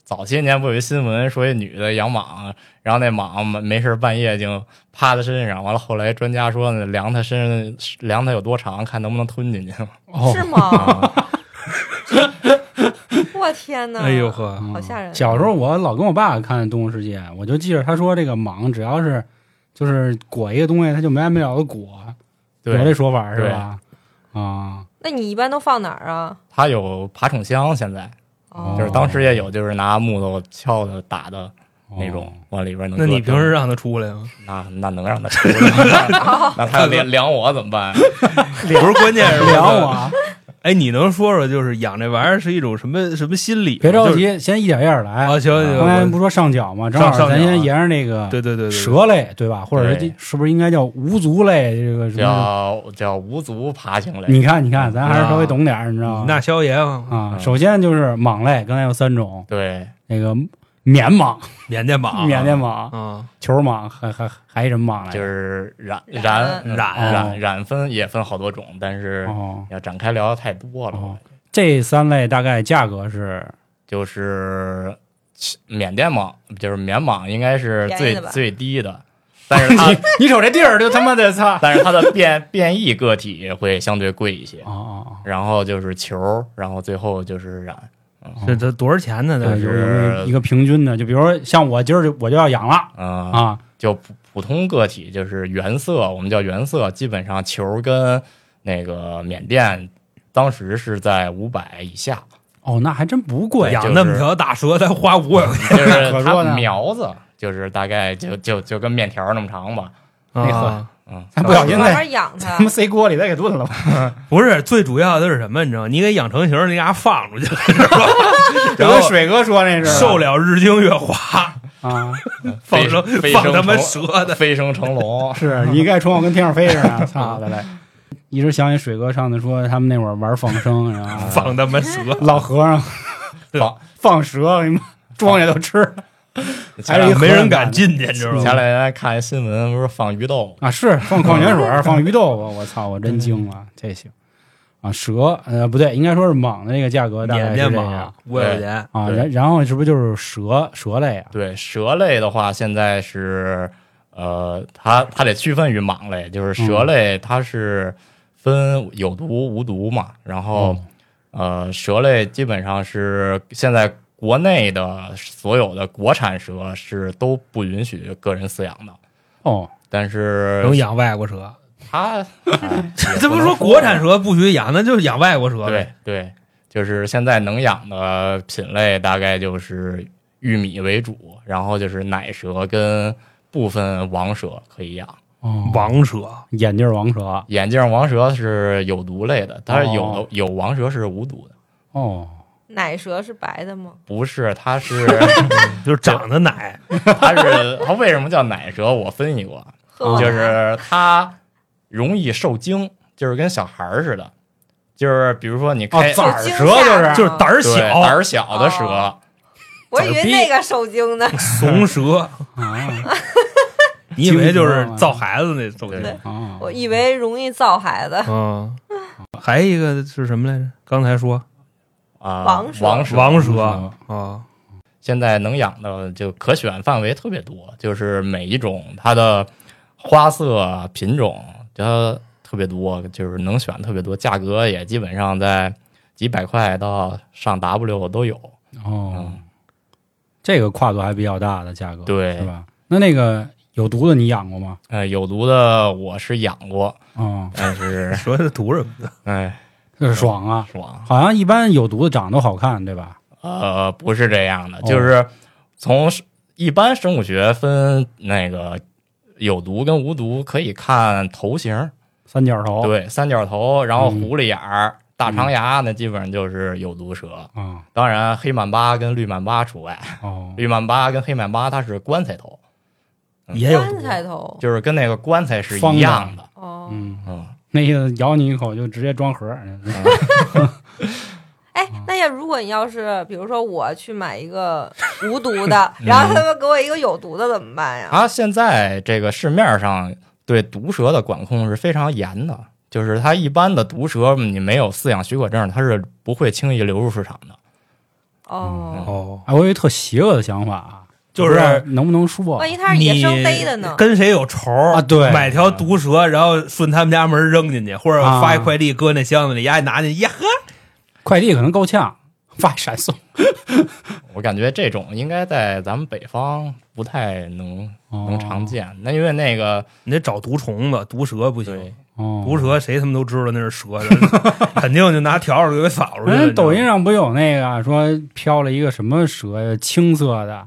[SPEAKER 5] 早些年不有一新闻说一女的养蟒，然后那蟒没没事半夜就趴在身上，完了后来专家说呢量它身量它有多长，看能不能吞进去。
[SPEAKER 2] 哦
[SPEAKER 4] 是 吗？我天哪！
[SPEAKER 3] 哎呦，呵，
[SPEAKER 2] 嗯
[SPEAKER 4] 好吓人！
[SPEAKER 2] 小时候我老跟我爸看《动物世界》，我就记着他说这个蟒只要是就是裹一个东西，它就没完没了的裹，有这
[SPEAKER 5] 对，
[SPEAKER 2] 说法是
[SPEAKER 5] 对
[SPEAKER 2] 吧？啊，
[SPEAKER 4] 那你一般都放哪儿啊？
[SPEAKER 5] 它有爬虫箱，现在
[SPEAKER 4] 哦
[SPEAKER 5] 就是当时也有，就是拿木头敲的打的那
[SPEAKER 2] 哦
[SPEAKER 5] 种，往里边能。
[SPEAKER 3] 那你平时让它出来吗？
[SPEAKER 5] 那那能让他出来吗？ 那他要量量我怎么办？
[SPEAKER 3] 不是，关键是
[SPEAKER 2] 聊我，啊，
[SPEAKER 3] 哎，你能说说就是养这玩意儿是一种什么什么心理吗？
[SPEAKER 2] 别着
[SPEAKER 3] 就是
[SPEAKER 2] 急，哎先一点一点来。
[SPEAKER 3] 啊，行行
[SPEAKER 2] 刚才
[SPEAKER 3] 行，
[SPEAKER 2] 不说上脚吗？正
[SPEAKER 3] 上
[SPEAKER 2] 好
[SPEAKER 3] 上
[SPEAKER 2] 咱
[SPEAKER 3] 脚
[SPEAKER 2] 先
[SPEAKER 3] 啊
[SPEAKER 2] 沿着那个
[SPEAKER 3] 我对对对，对，
[SPEAKER 2] 蛇类对吧？或者是
[SPEAKER 5] 对
[SPEAKER 2] 是不是应该叫无足类？这个什么？
[SPEAKER 5] 叫叫无足爬行类。
[SPEAKER 2] 你看，你看，咱还是稍微懂点儿，你知道吗？
[SPEAKER 3] 啊那消炎啊，
[SPEAKER 2] 啊，首先就是蟒类，刚才有三种，
[SPEAKER 5] 对，
[SPEAKER 2] 那个缅蟒、
[SPEAKER 3] 缅甸蟒，
[SPEAKER 2] 缅甸蟒、
[SPEAKER 3] 啊，
[SPEAKER 2] 球蟒，还还还有什么蟒来着？
[SPEAKER 5] 就是染
[SPEAKER 4] 染
[SPEAKER 5] 染
[SPEAKER 3] 染
[SPEAKER 2] 哦
[SPEAKER 5] 染染分也分好多种，但是
[SPEAKER 2] 哦，
[SPEAKER 5] 要展开聊的太多
[SPEAKER 2] 哦
[SPEAKER 5] 了。
[SPEAKER 2] 这三类大概价格是
[SPEAKER 5] 就是缅甸蟒，就是缅蟒应该是
[SPEAKER 4] 便宜
[SPEAKER 5] 最
[SPEAKER 4] 的吧
[SPEAKER 5] 最低 的，但是它！
[SPEAKER 2] 你瞅这地儿就他妈的擦
[SPEAKER 5] 但是它的变变异个体会相对贵一些
[SPEAKER 2] 哦。哦
[SPEAKER 5] 然后就是球，然后最后就是染。
[SPEAKER 3] 这这多少钱呢？
[SPEAKER 2] 哦，
[SPEAKER 3] 那
[SPEAKER 2] 对，
[SPEAKER 3] 是
[SPEAKER 2] 有有一个平均的，就比如说像我今儿就我就要养了
[SPEAKER 5] 嗯
[SPEAKER 2] 啊，
[SPEAKER 5] 就普普通个体就是原色，我们叫原色，基本上球跟那个缅甸当时是在五百以下，
[SPEAKER 2] 哦，那还真不贵
[SPEAKER 5] 对
[SPEAKER 3] 养
[SPEAKER 5] 就是
[SPEAKER 3] 那么条大蛇才花五百块 钱，
[SPEAKER 5] 就是
[SPEAKER 2] 可说呢
[SPEAKER 5] 它苗子就是大概就就就跟面条那么长吧，
[SPEAKER 2] 那
[SPEAKER 3] 啊
[SPEAKER 2] 呵
[SPEAKER 5] 嗯，
[SPEAKER 2] 咱不小心
[SPEAKER 4] 慢
[SPEAKER 2] 再
[SPEAKER 4] 慢养它
[SPEAKER 2] 他妈塞锅里再给炖了 吧。
[SPEAKER 3] 不是，最主要的是什么？你知道吗，你给养成型，你给它放出去，
[SPEAKER 2] 就
[SPEAKER 3] 然后
[SPEAKER 2] 跟水哥说那是
[SPEAKER 5] 啊
[SPEAKER 2] 吧
[SPEAKER 3] 受了日精月华，
[SPEAKER 2] 啊，，
[SPEAKER 3] 放
[SPEAKER 5] 飞
[SPEAKER 3] 成
[SPEAKER 5] 飞
[SPEAKER 3] 放
[SPEAKER 5] 升
[SPEAKER 3] 他妈
[SPEAKER 5] 成
[SPEAKER 3] 蛇的，
[SPEAKER 5] 飞升成龙
[SPEAKER 2] 是你一盖窗户跟天上飞似的，操的嘞！一直想起水哥上次说他们那会儿玩放生，然
[SPEAKER 5] 啊
[SPEAKER 2] 后
[SPEAKER 3] 放他妈蛇，
[SPEAKER 2] 老和尚
[SPEAKER 5] 放
[SPEAKER 2] 放蛇，你妈庄稼都吃了
[SPEAKER 5] 前两
[SPEAKER 2] 还有一
[SPEAKER 3] 没人敢进去，你知道
[SPEAKER 5] 前两
[SPEAKER 3] 吗？
[SPEAKER 5] 天看一新闻，不是放鱼豆，
[SPEAKER 2] 啊！是放矿泉 水，放鱼豆腐，我操，我真惊了，这行啊！蛇呃不对，应该说是蟒的那个价格大概
[SPEAKER 3] 缅
[SPEAKER 2] 是这
[SPEAKER 3] 甸
[SPEAKER 2] 样
[SPEAKER 3] 蟒五百块钱，
[SPEAKER 2] 啊。
[SPEAKER 5] 对
[SPEAKER 2] 然然后是不是就是蛇蛇类啊？
[SPEAKER 5] 对蛇类的话，现在是呃，它它得区分于蟒类，就是
[SPEAKER 3] 嗯
[SPEAKER 5] 蛇类它是分有毒无毒嘛，然后、
[SPEAKER 3] 嗯
[SPEAKER 5] 呃，蛇类基本上是现在国内的所有的国产蛇是都不允许个人饲养的，
[SPEAKER 2] 哦，
[SPEAKER 5] 但是
[SPEAKER 3] 能养外国蛇。
[SPEAKER 2] 啊
[SPEAKER 5] 它哎 也
[SPEAKER 3] 这不
[SPEAKER 5] 能
[SPEAKER 3] 是说国产蛇不许养，那就是养外国蛇呗。
[SPEAKER 5] 对对，就是现在能养的品类大概就是玉米为主，然后就是奶蛇跟部分王蛇可以养。
[SPEAKER 2] 哦
[SPEAKER 3] 王蛇
[SPEAKER 2] 眼镜王蛇
[SPEAKER 5] 眼镜王蛇是有毒类的，但是有的、
[SPEAKER 2] 哦
[SPEAKER 5] 有王蛇是无毒的，
[SPEAKER 2] 哦，
[SPEAKER 4] 奶蛇是白的吗？
[SPEAKER 5] 不是，它 是
[SPEAKER 3] 就是长的奶，
[SPEAKER 5] 它是它为什么叫奶蛇？我分析过，
[SPEAKER 4] 呵
[SPEAKER 5] 哦
[SPEAKER 2] 哦
[SPEAKER 5] 就
[SPEAKER 4] 呵
[SPEAKER 5] 是它容易受惊，就是跟小孩儿似的，就是比如说你
[SPEAKER 2] 哦
[SPEAKER 5] 开、
[SPEAKER 2] 崽儿
[SPEAKER 4] 惊
[SPEAKER 2] 蛇
[SPEAKER 4] 吓
[SPEAKER 2] 就是
[SPEAKER 4] 着
[SPEAKER 3] 就是胆儿
[SPEAKER 5] 啊对
[SPEAKER 3] 小，
[SPEAKER 5] 胆儿小的蛇。
[SPEAKER 4] 哦我以为那个受惊呢，
[SPEAKER 3] 怂蛇。
[SPEAKER 2] 啊
[SPEAKER 3] 你以为就是造孩子那种？
[SPEAKER 5] 啊对
[SPEAKER 2] 啊
[SPEAKER 4] 我以为容易造孩子。
[SPEAKER 3] 嗯，还一个是什么来着？刚才说
[SPEAKER 5] 啊，
[SPEAKER 4] 王蛇
[SPEAKER 5] 王蛇
[SPEAKER 3] 王蛇
[SPEAKER 2] 王
[SPEAKER 3] 啊，
[SPEAKER 5] 现在能养的就可选范围特别多，就是每一种它的花色啊品种它特别多，就是能选特别多，价格也基本上在几百块到上 W 都有。
[SPEAKER 2] 哦
[SPEAKER 5] 嗯，
[SPEAKER 2] 这个跨度还比较大的价格，
[SPEAKER 5] 对
[SPEAKER 2] 是吧？那那个有毒的你养过吗？
[SPEAKER 5] 呃，有毒的我是养过，
[SPEAKER 2] 哦，
[SPEAKER 5] 但是
[SPEAKER 3] 蛇是图什么的？
[SPEAKER 5] 哎
[SPEAKER 2] 这爽啊！
[SPEAKER 5] 爽，
[SPEAKER 2] 好像一般有毒的长得都好看，对吧？
[SPEAKER 5] 呃，不是这样的，
[SPEAKER 2] 哦
[SPEAKER 5] 就是从一般生物学分那个有毒跟无毒，可以看头型。
[SPEAKER 2] 三角头，
[SPEAKER 5] 对，三角头，然后
[SPEAKER 2] 嗯
[SPEAKER 5] 狐狸眼儿、大长牙，那基本上就是有毒蛇。
[SPEAKER 2] 啊
[SPEAKER 5] 当然，黑曼巴跟绿曼巴除外，
[SPEAKER 2] 哦，
[SPEAKER 5] 绿曼巴跟黑曼巴它是棺材头，
[SPEAKER 3] 也有
[SPEAKER 4] 棺材头
[SPEAKER 5] 就是跟那个棺材是
[SPEAKER 2] 方
[SPEAKER 5] 一
[SPEAKER 2] 的
[SPEAKER 5] 样的。
[SPEAKER 4] 哦。
[SPEAKER 2] 嗯，
[SPEAKER 5] 嗯，
[SPEAKER 2] 那意思咬你一口就直接装盒儿，
[SPEAKER 4] 哎，那要如果你要是比如说我去买一个无毒的，然后他们给我一个有毒的怎么办呀？
[SPEAKER 5] 它现在这个市面上对毒蛇的管控是非常严的，就是它一般的毒蛇，你没有饲养许可证，它是不会轻易流入市场的。
[SPEAKER 3] 嗯
[SPEAKER 4] 哦，
[SPEAKER 2] 哦，哎，我有一特邪恶的想法啊，
[SPEAKER 3] 就是
[SPEAKER 2] 不知道能不能说
[SPEAKER 4] 万一他是野生逮的呢
[SPEAKER 3] 你？跟谁有仇
[SPEAKER 2] 啊对
[SPEAKER 3] 买条毒蛇，然后顺他们家门扔进去，或者
[SPEAKER 2] 啊
[SPEAKER 3] 发一快递搁那箱子里，丫一拿进去，呀呵，
[SPEAKER 2] 快递可能够呛，发一闪送
[SPEAKER 5] 我感觉这种应该在咱们北方不太能能
[SPEAKER 2] 哦
[SPEAKER 5] 常见。那因为那个
[SPEAKER 3] 你得找毒虫子，毒蛇不行
[SPEAKER 5] 对。，
[SPEAKER 2] 哦，
[SPEAKER 3] 毒蛇谁他们都知道那是蛇， 肯定就拿笤帚就给扫出去了。
[SPEAKER 2] 人家嗯抖音
[SPEAKER 3] 你知
[SPEAKER 2] 上不有那个啊说飘了一个什么蛇呀，青色的？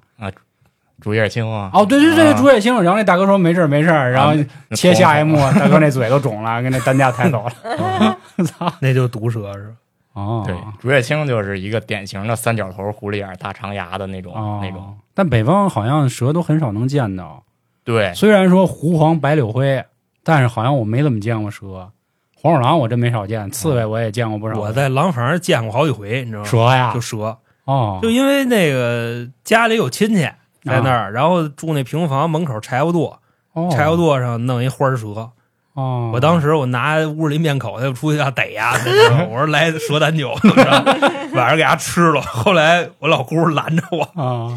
[SPEAKER 5] 竹叶青啊，
[SPEAKER 2] 哦，对对对，
[SPEAKER 5] 啊
[SPEAKER 2] 竹叶青。然后那大哥说没事儿没事儿，然后
[SPEAKER 3] 啊
[SPEAKER 5] 那
[SPEAKER 2] 切
[SPEAKER 5] 头
[SPEAKER 2] 下一幕，大哥那嘴都肿了，跟 那担架抬走了。
[SPEAKER 3] 道吗那就毒蛇是吧。
[SPEAKER 2] 哦，
[SPEAKER 5] 对，竹叶青就是一个典型的三角头、狐狸眼、大长牙的那种、
[SPEAKER 2] 哦
[SPEAKER 5] 那种。。
[SPEAKER 2] 但北方好像蛇都很少能见到，
[SPEAKER 5] 对，
[SPEAKER 2] 虽然说狐黄白柳灰，但是好像我没怎么见过蛇。黄鼠狼我真没少见，刺猬我也见过不少。
[SPEAKER 3] 我在廊坊上见过好几回，你知道吗？
[SPEAKER 2] 蛇呀
[SPEAKER 3] 就，蛇，
[SPEAKER 2] 哦，
[SPEAKER 3] 就因为那个家里有亲戚在那儿，然后住那平房门口柴火垛，
[SPEAKER 2] 啊哦
[SPEAKER 3] 柴火垛上弄一花蛇。
[SPEAKER 2] 哦，
[SPEAKER 3] 我当时我拿屋里面口，他就出去要逮呀，你知道吗我说来蛇胆酒，你知道吗晚上给它吃了。后来我老姑拦着我，
[SPEAKER 2] 啊，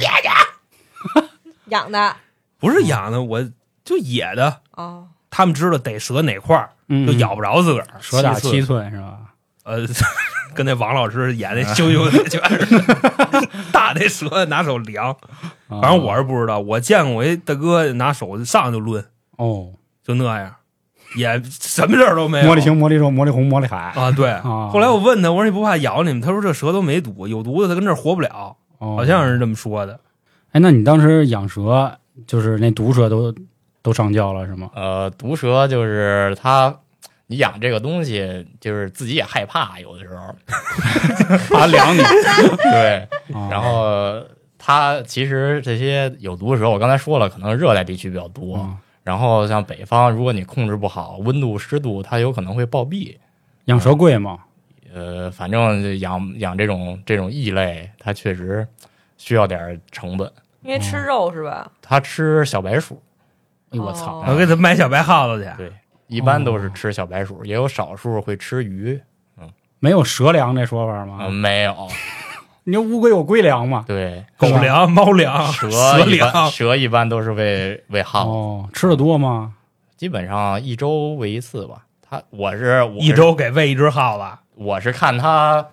[SPEAKER 4] 养的
[SPEAKER 3] 不是养的，我就野的。
[SPEAKER 4] 哦，
[SPEAKER 3] 他们知道逮蛇哪块儿，
[SPEAKER 2] 嗯
[SPEAKER 3] 就咬不着自个儿。
[SPEAKER 2] 蛇打
[SPEAKER 3] 七
[SPEAKER 2] 七
[SPEAKER 3] 寸
[SPEAKER 2] 寸是吧？
[SPEAKER 3] 呃， 跟那王老师演那羞羞的，就是大那蛇拿手量。
[SPEAKER 2] 反
[SPEAKER 3] 反正我是不知道，我见过一大哥拿手上来就抡，
[SPEAKER 2] 哦，
[SPEAKER 3] 就那样，也什么事儿都没有。
[SPEAKER 2] 魔力青、魔力兽、魔力红、魔力海
[SPEAKER 3] 啊，对。
[SPEAKER 2] 啊。
[SPEAKER 3] 后来我问他，我说你不怕咬你们？他说这蛇都没毒，有毒的它跟这儿活不了，
[SPEAKER 5] 哦
[SPEAKER 2] 好
[SPEAKER 3] 好像是这么说的。
[SPEAKER 2] 哎，那你当时养蛇，就是那毒蛇都都上交了是吗？
[SPEAKER 5] 呃，毒蛇就是它，你养这个东西，就是自己也害怕，有的时候它凉你。 对，
[SPEAKER 2] 啊
[SPEAKER 5] 然后它其实这些有毒蛇，我刚才说了，可能热带地区比较多。
[SPEAKER 2] 嗯
[SPEAKER 5] 然后像北方，如果你控制不好温度、湿度，它有可能会暴毙。
[SPEAKER 2] 养蛇贵吗？
[SPEAKER 5] 呃，反正就养养这种这种异类，它确实需要点儿成本。
[SPEAKER 4] 因为吃肉是吧？
[SPEAKER 5] 它吃小白鼠，
[SPEAKER 2] 哎呦我操！
[SPEAKER 5] 啊
[SPEAKER 3] 我给他买小白耗子去。
[SPEAKER 5] 对，一般都是吃小白鼠，也有少数会吃鱼。
[SPEAKER 2] 没有蛇粮这说法吗？
[SPEAKER 5] 嗯，没有，
[SPEAKER 2] 你说乌龟有龟粮吗？
[SPEAKER 5] 对，
[SPEAKER 3] 狗粮、猫粮、
[SPEAKER 5] 蛇
[SPEAKER 3] 啊蛇
[SPEAKER 5] 一般
[SPEAKER 3] 粮，
[SPEAKER 5] 蛇一般都是喂喂耗子，
[SPEAKER 2] 哦，吃的多吗？
[SPEAKER 5] 基本上一周喂一次吧。它我是我是
[SPEAKER 3] 一周给喂一只耗子。
[SPEAKER 5] 我是看它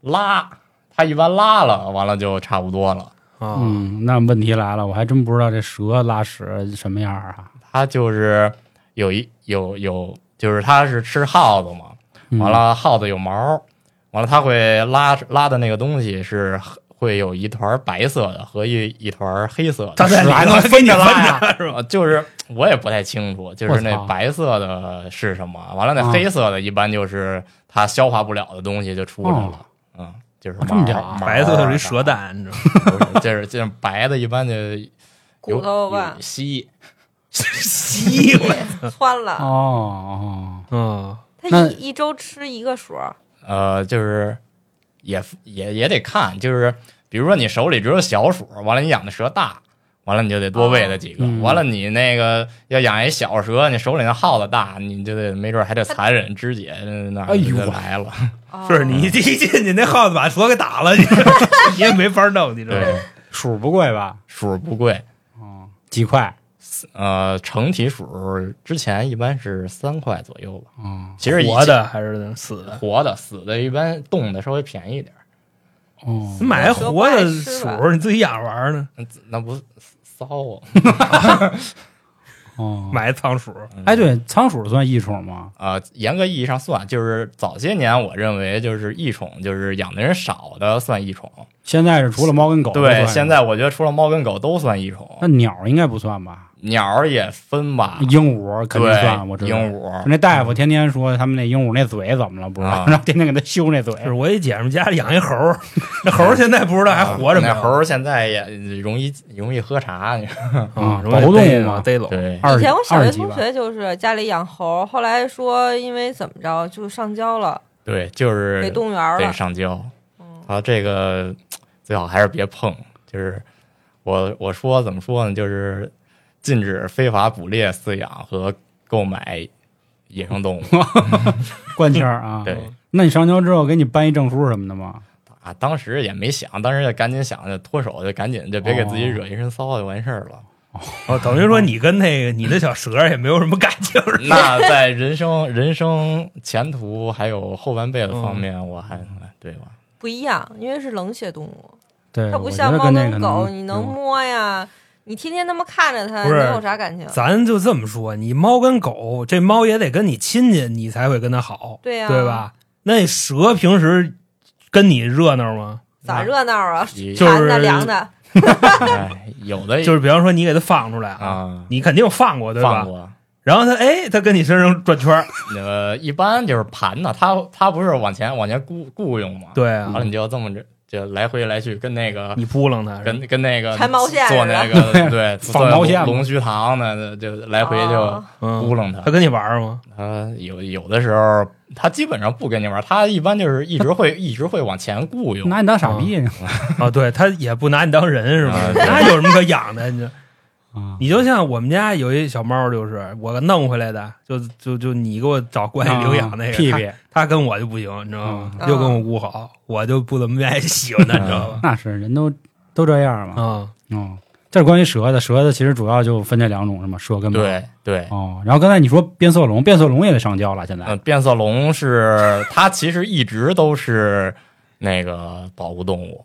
[SPEAKER 5] 拉，它一般拉了，完了就差不多了。
[SPEAKER 3] 啊，
[SPEAKER 2] 嗯，那问题来了，我还真不知道这蛇拉屎什么样啊。
[SPEAKER 5] 它就是有一有有，就是它是吃耗子嘛，
[SPEAKER 2] 嗯
[SPEAKER 5] 完，了耗子有毛，完了它会拉拉的那个东西是会有一团白色的和一一团黑色的。
[SPEAKER 3] 他在里
[SPEAKER 2] 还
[SPEAKER 3] 头
[SPEAKER 2] 能分着拉呀
[SPEAKER 3] 着是吧？
[SPEAKER 5] 啊，就是我也不太清楚，就是那
[SPEAKER 2] 我操
[SPEAKER 5] 白色的是什么，完了
[SPEAKER 2] 啊
[SPEAKER 5] 那黑色的一般就是它消化不了的东西就出来
[SPEAKER 2] 哦
[SPEAKER 5] 了，嗯，就是
[SPEAKER 2] 这么
[SPEAKER 5] 毛
[SPEAKER 2] 点儿啊
[SPEAKER 5] 毛
[SPEAKER 3] 白色的
[SPEAKER 5] 啊
[SPEAKER 3] 是一蛇蛋，你知道吗？
[SPEAKER 5] 啥的，不是就是就是白的，一般就有
[SPEAKER 4] 骨头吧
[SPEAKER 5] 有蜥蜴，
[SPEAKER 3] 吸了。
[SPEAKER 4] 穿了，
[SPEAKER 2] 哦
[SPEAKER 3] 嗯，
[SPEAKER 4] 他
[SPEAKER 2] 那
[SPEAKER 4] 一一周吃一个鼠，
[SPEAKER 5] 呃，就是也也也得看，就是比如说你手里只有小鼠，完了你养的蛇大。完了你就得多喂它几个，
[SPEAKER 2] 哦嗯
[SPEAKER 5] 完了你那个要养一小蛇，你手里那耗子大，你就得没准还得残忍肢解，嗯那
[SPEAKER 2] 哎呦
[SPEAKER 5] 就
[SPEAKER 2] 我
[SPEAKER 5] 来了。
[SPEAKER 4] 哦
[SPEAKER 3] 是你一进去，那耗子把蛇给打了，你 你也没法弄，你知道吗？
[SPEAKER 5] 对，
[SPEAKER 2] 哦，鼠不贵吧？
[SPEAKER 5] 鼠不贵，
[SPEAKER 2] 哦，几块？
[SPEAKER 5] 呃，成体鼠之前一般是三块左右吧。
[SPEAKER 2] 哦
[SPEAKER 5] 其实以
[SPEAKER 3] 活的还是死的？
[SPEAKER 5] 活的，死的一般冻的稍微便宜一点儿，
[SPEAKER 2] 哦，
[SPEAKER 3] 买活的
[SPEAKER 4] 蛇
[SPEAKER 3] 鼠
[SPEAKER 4] 不爱吃
[SPEAKER 3] 你自己养着玩儿呢，
[SPEAKER 5] 那那不骚啊？
[SPEAKER 2] 哦，
[SPEAKER 3] 买仓鼠
[SPEAKER 2] 哎，对，仓鼠算益虫吗？
[SPEAKER 5] 啊、严格意义上算，就是早些年我认为就是异宠，就是养的人少的算异宠。
[SPEAKER 2] 现在是除了猫跟狗，
[SPEAKER 5] 对，现在我觉得除了猫跟狗都算异宠。
[SPEAKER 2] 那鸟应该不算吧？
[SPEAKER 5] 鸟儿也分吧，
[SPEAKER 2] 鹦鹉肯定
[SPEAKER 5] 对
[SPEAKER 2] 算，我知道。
[SPEAKER 5] 鹦鹉，
[SPEAKER 2] 那大
[SPEAKER 4] 嗯
[SPEAKER 2] 夫天天说他们那鹦鹉那嘴怎么了，不知道
[SPEAKER 5] 啊，
[SPEAKER 2] 然后天天给它修那嘴。
[SPEAKER 3] 是我一姐们家里养一猴儿，那猴儿现在不知道还活着没有？啊
[SPEAKER 5] 那猴儿现在也容易容易喝茶，你
[SPEAKER 2] 啊
[SPEAKER 5] 嗯
[SPEAKER 3] 啊，容易
[SPEAKER 2] 保护
[SPEAKER 3] 逮
[SPEAKER 2] 动物嘛
[SPEAKER 3] 着逮走。啊
[SPEAKER 5] 对，
[SPEAKER 2] 二
[SPEAKER 4] 以前我小
[SPEAKER 2] 二
[SPEAKER 4] 学
[SPEAKER 2] 级
[SPEAKER 4] 同
[SPEAKER 2] 吧，
[SPEAKER 4] 学就是家里养猴，后来说因为怎么着就上交了，
[SPEAKER 5] 对，就是
[SPEAKER 4] 给动物园
[SPEAKER 5] 得
[SPEAKER 4] 了。
[SPEAKER 5] 上交。
[SPEAKER 4] 嗯
[SPEAKER 5] 啊，这个最好还是别碰。就是我我说怎么说呢？就是禁止非法捕猎、饲养和购买野生动物。
[SPEAKER 2] 官腔儿啊。
[SPEAKER 5] 对
[SPEAKER 2] 那你上交之后给你颁一证书什么的吗？
[SPEAKER 5] 啊，当时也没想，当时就赶紧想着脱手，就赶紧就别给自己惹一身骚就完事儿了。
[SPEAKER 3] 哦，等于说你跟那个你那小蛇也没有什么感情。 是吧
[SPEAKER 5] 那在人生、 人生前途还有后半辈子方面，
[SPEAKER 3] 嗯
[SPEAKER 5] 我还哎对吧？
[SPEAKER 4] 不一样，因为是冷血动物，
[SPEAKER 2] 对，
[SPEAKER 4] 它
[SPEAKER 2] 我
[SPEAKER 4] 不
[SPEAKER 2] 觉
[SPEAKER 4] 像
[SPEAKER 2] 得
[SPEAKER 4] 猫
[SPEAKER 2] 跟那
[SPEAKER 4] 跟
[SPEAKER 2] 个
[SPEAKER 4] 狗，
[SPEAKER 2] 能
[SPEAKER 4] 你能摸呀，你天天那么看着它，
[SPEAKER 3] 不是
[SPEAKER 4] 能有啥感情？
[SPEAKER 3] 咱就这么说，你猫跟狗，这猫也得跟你亲近，你才会跟它好，
[SPEAKER 4] 对啊呀
[SPEAKER 3] 对吧？那蛇平时跟你热闹吗？
[SPEAKER 4] 咋？热闹啊？
[SPEAKER 5] 也
[SPEAKER 3] 就
[SPEAKER 4] 馋
[SPEAKER 3] 是
[SPEAKER 4] 的凉的，
[SPEAKER 5] 哎有的
[SPEAKER 3] 就是比方说你给它放出来，
[SPEAKER 5] 啊，
[SPEAKER 3] 你肯定放过对吧
[SPEAKER 5] 放？过。
[SPEAKER 3] 然后它哎，它跟你身上转圈儿，
[SPEAKER 5] 那个一般就是盘呢，它它不是往前往前雇雇佣吗？
[SPEAKER 3] 对啊
[SPEAKER 5] 完，了你就要这么着，就来回来去，跟那个
[SPEAKER 3] 你扑棱它，
[SPEAKER 5] 跟跟那个
[SPEAKER 4] 缠毛线
[SPEAKER 5] 做
[SPEAKER 4] 似
[SPEAKER 5] 那
[SPEAKER 4] 的
[SPEAKER 5] 个 对
[SPEAKER 2] 纺毛线嘛
[SPEAKER 5] 龙须堂呢，就来回就
[SPEAKER 4] 哦
[SPEAKER 5] 咕
[SPEAKER 3] 嗯，
[SPEAKER 5] 弄他
[SPEAKER 3] 它。跟你玩儿 吗？
[SPEAKER 5] 他有有的时候他基本上不跟你玩，他一般就是一直 会一直会往前雇佣。
[SPEAKER 2] 拿你当傻逼呢
[SPEAKER 3] 啊，对，它也不拿你当人是吧
[SPEAKER 5] 啊？对
[SPEAKER 3] 那有什么可养的？你就
[SPEAKER 2] 啊，
[SPEAKER 4] 嗯
[SPEAKER 3] 你就像我们家有一小猫，就是我弄回来的，就就就你给我找关系领养那
[SPEAKER 5] 啊
[SPEAKER 3] 个，
[SPEAKER 2] 啊屁
[SPEAKER 3] 它
[SPEAKER 2] 屁，
[SPEAKER 3] 他跟我就不行，你知道吗？
[SPEAKER 4] 嗯
[SPEAKER 3] 又跟我不好，我就不怎么愿意喜欢他，你知道吗？
[SPEAKER 2] 那是人都都这样嘛。
[SPEAKER 3] 啊，
[SPEAKER 4] 嗯
[SPEAKER 2] 哦，这是关于蛇的，蛇的其实主要就分这两种是吗？蛇跟猫。
[SPEAKER 5] 对对，
[SPEAKER 2] 哦，然后刚才你说变色龙，变色龙也得上交了，现在
[SPEAKER 5] 嗯，变色龙是它其实一直都是那个保护动 物，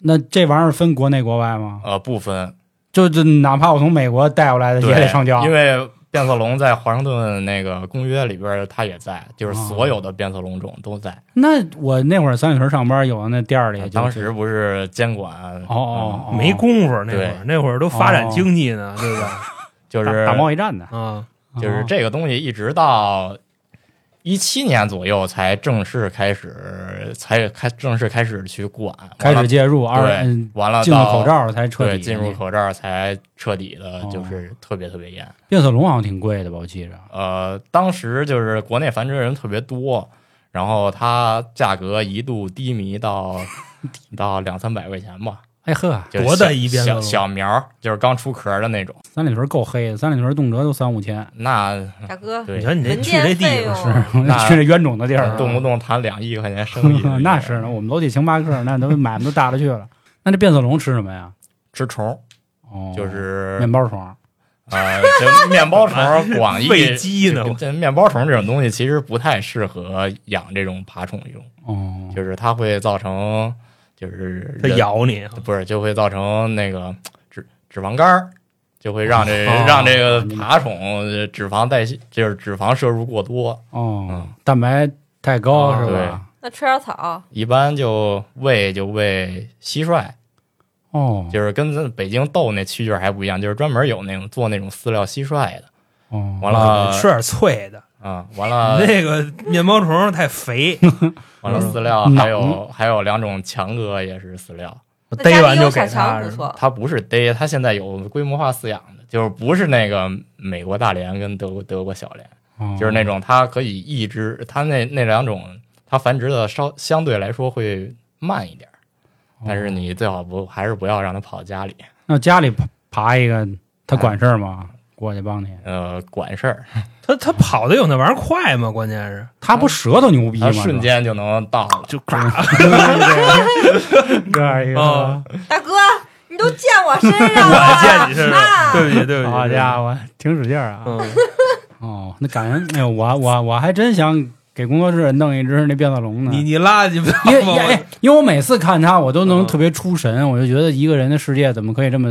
[SPEAKER 2] 那这玩意儿分国内国外吗？
[SPEAKER 5] 呃，不分
[SPEAKER 2] 就就哪怕我从美国带过来的
[SPEAKER 5] 对
[SPEAKER 2] 也得上交，
[SPEAKER 5] 因为。变色龙在华盛顿那个公约里边，它也在，就是
[SPEAKER 2] 哦
[SPEAKER 5] 所有的变色龙种都在。
[SPEAKER 2] 那我那会儿三里屯上班，有那店儿里就，
[SPEAKER 5] 啊当时不是监管嗯
[SPEAKER 2] 哦哦，哦
[SPEAKER 3] 没工夫那会
[SPEAKER 5] 对
[SPEAKER 3] 儿，那会儿都发展经济呢，对吧？
[SPEAKER 5] 就
[SPEAKER 2] 打
[SPEAKER 5] 是
[SPEAKER 2] 打贸易战的，
[SPEAKER 3] 啊，
[SPEAKER 2] 哦
[SPEAKER 5] 就是这个东西一直到一七年左右才正式开始，才开正式开始去管，
[SPEAKER 2] 开
[SPEAKER 5] 完
[SPEAKER 2] 始
[SPEAKER 5] 了
[SPEAKER 2] 介入，二
[SPEAKER 5] 对
[SPEAKER 2] 嗯
[SPEAKER 5] 完了
[SPEAKER 2] 进入
[SPEAKER 5] 到
[SPEAKER 2] 口罩才彻
[SPEAKER 5] 对
[SPEAKER 2] 底
[SPEAKER 5] 进入口罩才彻底的
[SPEAKER 2] 哦，
[SPEAKER 5] 就是特别特别严。
[SPEAKER 2] 变色龙好像挺贵的吧？我记着，
[SPEAKER 5] 呃，当时就是国内繁殖人特别多，然后它价格一度低迷 到到两三百块钱吧，
[SPEAKER 2] 哎呵，
[SPEAKER 5] 就是
[SPEAKER 3] 多大
[SPEAKER 5] 小
[SPEAKER 3] 一变色
[SPEAKER 5] 小
[SPEAKER 3] 龙
[SPEAKER 5] 小苗儿，就是刚出壳儿的那种。
[SPEAKER 2] 三里屯够黑的，三里屯动辄都三五 千，
[SPEAKER 5] 那
[SPEAKER 4] 大哥，
[SPEAKER 5] 对
[SPEAKER 3] 你瞧你这
[SPEAKER 4] 文
[SPEAKER 3] 去这
[SPEAKER 4] 件费
[SPEAKER 3] 地
[SPEAKER 4] 用
[SPEAKER 3] 方，
[SPEAKER 5] 那
[SPEAKER 2] 去那冤种的地儿，嗯
[SPEAKER 5] 动不动谈两亿块钱生意，
[SPEAKER 2] 那是呢，我们楼底星巴克那都买的都大了去 了。那这变色龙吃什么呀？
[SPEAKER 5] 吃虫，
[SPEAKER 2] 哦，
[SPEAKER 5] 就是
[SPEAKER 2] 面包虫。
[SPEAKER 5] 啊，这面包 虫广义
[SPEAKER 3] 喂鸡呢
[SPEAKER 5] 这这面包虫这种东西其实不太适合养这种爬虫用，
[SPEAKER 2] 哦，
[SPEAKER 5] 就是它会造成就是
[SPEAKER 3] 它
[SPEAKER 5] 人
[SPEAKER 3] 咬你，
[SPEAKER 5] 不是就会造成那个脂脂肪肝儿，就会让这
[SPEAKER 3] 哦
[SPEAKER 5] 让这个爬虫呃脂肪代谢就是脂肪摄入过多，
[SPEAKER 2] 哦
[SPEAKER 5] 嗯，啊
[SPEAKER 2] 蛋白太高
[SPEAKER 3] 哦
[SPEAKER 2] 是吧？
[SPEAKER 4] 那吃点草，
[SPEAKER 5] 一般就喂就喂蟋蟀，
[SPEAKER 2] 哦
[SPEAKER 5] 就是跟咱北京豆那蛐蛐儿还不一样，就是专门有那种做那种饲料蟋蟀的，
[SPEAKER 2] 哦，
[SPEAKER 5] 完了
[SPEAKER 3] 啊吃点脆的。
[SPEAKER 5] 啊、完 了
[SPEAKER 3] 那个面包虫太肥，
[SPEAKER 5] 完了饲料
[SPEAKER 2] 嗯
[SPEAKER 5] 还有还有两种强哥也是饲料。
[SPEAKER 3] 我
[SPEAKER 4] 那家
[SPEAKER 3] 逮完
[SPEAKER 4] 里
[SPEAKER 3] 就
[SPEAKER 4] 有
[SPEAKER 3] 给
[SPEAKER 4] 小
[SPEAKER 3] 它
[SPEAKER 4] 强。不错，
[SPEAKER 5] 它不是逮，它现在有规模化饲养的，就是不是那个美国大连跟德国德国小连，
[SPEAKER 2] 哦
[SPEAKER 5] 就是那种它可以一只，它那那两种它繁殖的稍相对来说会慢一点儿，但是
[SPEAKER 2] 哦
[SPEAKER 5] 你最好不还是不要让它跑家里，
[SPEAKER 2] 那家里爬爬一个，
[SPEAKER 5] 哎
[SPEAKER 2] 他管事儿吗？过去帮你，
[SPEAKER 5] 呃，管事儿，
[SPEAKER 3] 它它跑的有那玩意儿快吗？关键是
[SPEAKER 2] 他不舌头牛逼吗？
[SPEAKER 5] 它瞬间就能到了。
[SPEAKER 3] 就
[SPEAKER 2] 哎
[SPEAKER 3] 咵，
[SPEAKER 2] 这样一
[SPEAKER 3] 哦
[SPEAKER 2] 个，
[SPEAKER 4] 大哥，你都溅我身上了，
[SPEAKER 3] 我见你是不是
[SPEAKER 4] 啊，
[SPEAKER 3] 对不起，对不起，
[SPEAKER 2] 好家伙，挺使劲儿啊！
[SPEAKER 3] 嗯，
[SPEAKER 2] 哦，那感觉，哎呦，我我我还真想给工作室弄一只那变色龙呢。
[SPEAKER 3] 你 你拉你不要
[SPEAKER 2] 嗯因为
[SPEAKER 3] 往
[SPEAKER 2] 哎因为我每次看他，我都能
[SPEAKER 3] 嗯
[SPEAKER 2] 特别出神，我就觉得一个人的世界怎么可以这么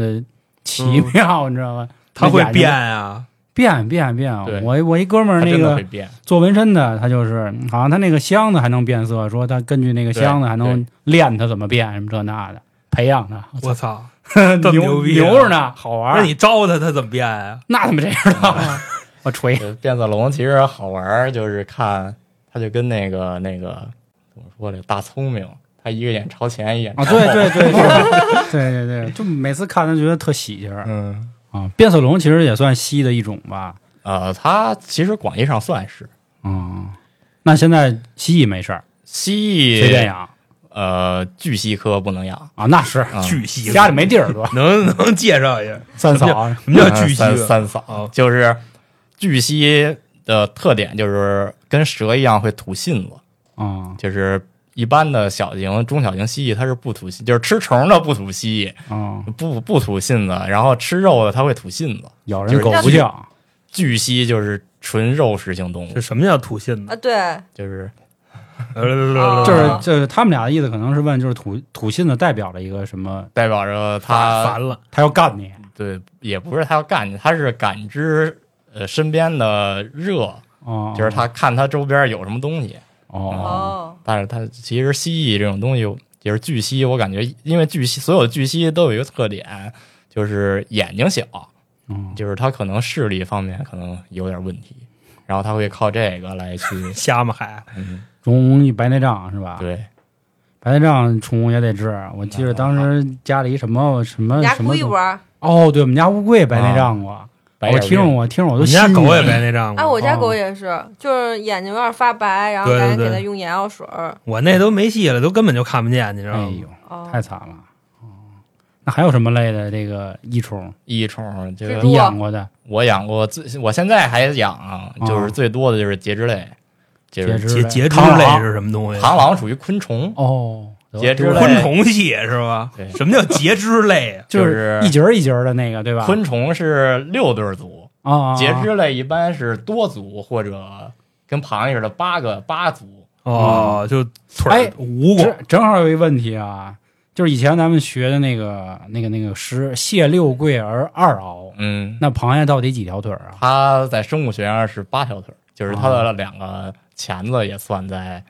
[SPEAKER 2] 奇妙，你知道吗？
[SPEAKER 3] 它会
[SPEAKER 2] 那眼睛
[SPEAKER 3] 变啊，
[SPEAKER 2] 变变变
[SPEAKER 5] 对。
[SPEAKER 2] 我我一哥们儿
[SPEAKER 5] 它
[SPEAKER 2] 那
[SPEAKER 5] 真的会
[SPEAKER 2] 个
[SPEAKER 5] 变，
[SPEAKER 2] 做纹身的，他就是嗯好像他那个箱子还能变色，说他根据那个箱子还能
[SPEAKER 5] 对
[SPEAKER 2] 练它怎么变什么这那的。培养的，
[SPEAKER 3] 我操！
[SPEAKER 2] 牛
[SPEAKER 3] 么牛逼啊
[SPEAKER 2] 牛着呢，好玩
[SPEAKER 3] 那
[SPEAKER 2] 儿。
[SPEAKER 3] 你招他，他怎么变呀？
[SPEAKER 2] 那怎么这样啊？我锤
[SPEAKER 5] 就变色龙其实好玩儿，就是看它就跟那个那个怎么说呢，大聪明，它一个眼朝前，一个眼
[SPEAKER 2] 啊！
[SPEAKER 5] 朝
[SPEAKER 2] 对
[SPEAKER 5] 后。
[SPEAKER 2] 对对对 对对对，就每次看都觉得特喜庆儿
[SPEAKER 5] 嗯
[SPEAKER 2] 啊。变色龙其实也算蜥的一种吧，
[SPEAKER 5] 呃，它其实广义上算是
[SPEAKER 2] 嗯。那现在蜥蜴没事儿，
[SPEAKER 5] 蜥
[SPEAKER 2] 随便
[SPEAKER 5] 蜴，
[SPEAKER 2] 养
[SPEAKER 5] 呃，巨蜥科不能养，
[SPEAKER 2] 啊，那是
[SPEAKER 5] 啊
[SPEAKER 3] 巨蜥
[SPEAKER 2] 家里没地儿多，
[SPEAKER 3] 能 能介绍一下
[SPEAKER 2] 三嫂啊
[SPEAKER 3] 什么叫 巨蜥？
[SPEAKER 5] 三三嫂，
[SPEAKER 3] 啊
[SPEAKER 5] 就是巨蜥的特点就是跟蛇一样会吐信子，
[SPEAKER 2] 啊
[SPEAKER 5] 就是一般的小型、中小型蜥蜴它是不吐信，就是吃虫的不吐蜥
[SPEAKER 2] 啊！
[SPEAKER 5] 蜴，不不吐信子，然后吃肉的它会吐信子。
[SPEAKER 2] 咬人狗不
[SPEAKER 5] 就是
[SPEAKER 2] 叫，
[SPEAKER 5] 巨蜥就是纯肉食性动物
[SPEAKER 3] 这，什么叫吐信呢
[SPEAKER 4] 啊，？对，
[SPEAKER 5] 就是
[SPEAKER 3] 呃
[SPEAKER 5] 嗯
[SPEAKER 4] 啊
[SPEAKER 2] 就是就是他们俩的意思可能是问，就是土土信子代表了一个什么？
[SPEAKER 5] 代表着它
[SPEAKER 3] 烦了，
[SPEAKER 2] 他要干你
[SPEAKER 5] 对，也不是它要干你，它是感知呃身边的热，
[SPEAKER 2] 哦，
[SPEAKER 5] 就是它看它周边有什么东西。
[SPEAKER 2] 哦
[SPEAKER 4] 哦，
[SPEAKER 5] 但是它其实蜥蜴这种东西，就是巨蜥，我感觉因为巨蜥所有巨蜥都有一个特点，就是眼睛小，
[SPEAKER 2] 哦
[SPEAKER 5] 就是它可能视力方面可能有点问题，然后它会靠这个来去，
[SPEAKER 3] 瞎吗还？
[SPEAKER 5] 嗯，
[SPEAKER 2] 容易白内障是吧？
[SPEAKER 5] 对，啊
[SPEAKER 2] 白内障宠物也得治。我记得当时家里什么什么
[SPEAKER 4] 你家
[SPEAKER 2] 什么
[SPEAKER 4] 故意玩儿，
[SPEAKER 2] 哦，对我们家乌龟也白内障过，
[SPEAKER 5] 啊白
[SPEAKER 2] 我
[SPEAKER 5] 眼
[SPEAKER 2] 哦听着
[SPEAKER 5] 病
[SPEAKER 2] 我听着我
[SPEAKER 3] 我
[SPEAKER 2] 都
[SPEAKER 3] 们
[SPEAKER 2] 心
[SPEAKER 3] 家
[SPEAKER 2] 里
[SPEAKER 3] 狗也白内障
[SPEAKER 4] 哎，
[SPEAKER 3] 过，
[SPEAKER 4] 我家狗也是，就是眼睛有点发白，然
[SPEAKER 3] 嗯
[SPEAKER 4] 后
[SPEAKER 3] 哦对对
[SPEAKER 4] 赶紧给
[SPEAKER 3] 对
[SPEAKER 4] 它用眼药水儿。
[SPEAKER 3] 我那都没戏了，都根本就看不见，你知道
[SPEAKER 2] 哎
[SPEAKER 3] 吗？
[SPEAKER 2] 呦，
[SPEAKER 4] 哦，
[SPEAKER 2] 太惨了。哦，那还有什么类的这个益虫？
[SPEAKER 5] 益虫，这
[SPEAKER 4] 蜘
[SPEAKER 5] 个
[SPEAKER 4] 蛛
[SPEAKER 2] 你养过的
[SPEAKER 5] 我养过最，我现在还养啊，就是最多的就是节肢类，就
[SPEAKER 2] 节
[SPEAKER 5] 是
[SPEAKER 2] 肢
[SPEAKER 3] 节
[SPEAKER 2] 类
[SPEAKER 3] 节肢
[SPEAKER 2] 螳
[SPEAKER 3] 类
[SPEAKER 2] 螂
[SPEAKER 3] 是什么东西？
[SPEAKER 5] 螳螂属于昆虫，
[SPEAKER 2] 哦，
[SPEAKER 5] 节肢类
[SPEAKER 3] 昆虫系是吧
[SPEAKER 5] 对？
[SPEAKER 3] 什么叫节肢类啊？
[SPEAKER 2] 就
[SPEAKER 5] 就是是
[SPEAKER 2] 一节儿一节儿的那个，对吧？
[SPEAKER 5] 昆虫是六对儿足，
[SPEAKER 2] 啊啊，啊
[SPEAKER 5] 节肢类一般是多足或者跟螃蟹似的八个八足。
[SPEAKER 3] 哦，就腿
[SPEAKER 2] 哎
[SPEAKER 3] 儿蜈蚣
[SPEAKER 2] 正正好有一问题啊，就是以前咱们学的那个那个那个诗“蟹六桂而二螯”，
[SPEAKER 5] 嗯，
[SPEAKER 2] 那螃蟹到底几条腿儿啊？
[SPEAKER 5] 它在生物学上是八条腿儿，就是它
[SPEAKER 2] 啊
[SPEAKER 5] 的两个钳子也算在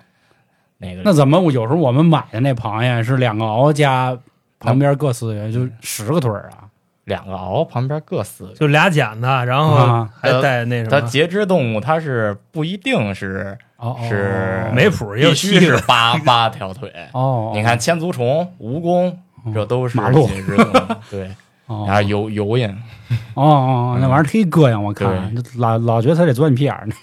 [SPEAKER 5] 那个里。
[SPEAKER 2] 那怎么我有时候我们买的那螃蟹是两个螯加旁边各四个，就十个腿儿啊？
[SPEAKER 5] 两个螯旁边各四个。
[SPEAKER 3] 就俩剪子，然后
[SPEAKER 2] 啊
[SPEAKER 3] 还带那什
[SPEAKER 5] 它
[SPEAKER 3] 么，
[SPEAKER 5] 节肢动物它是不一定是
[SPEAKER 2] 哦哦，
[SPEAKER 5] 是
[SPEAKER 3] 没谱，也有
[SPEAKER 5] 必须
[SPEAKER 3] 七
[SPEAKER 5] 是
[SPEAKER 3] 个。
[SPEAKER 5] 八八条腿。
[SPEAKER 2] 哦，
[SPEAKER 5] 你看千足虫、蜈蚣，
[SPEAKER 3] 嗯
[SPEAKER 5] 这都是
[SPEAKER 2] 马路
[SPEAKER 5] 节肢动 物。对，
[SPEAKER 2] 哦
[SPEAKER 5] 然后油油印，
[SPEAKER 2] 哦哦，那玩意儿忒膈应，我看老老觉得它得钻你屁眼儿呢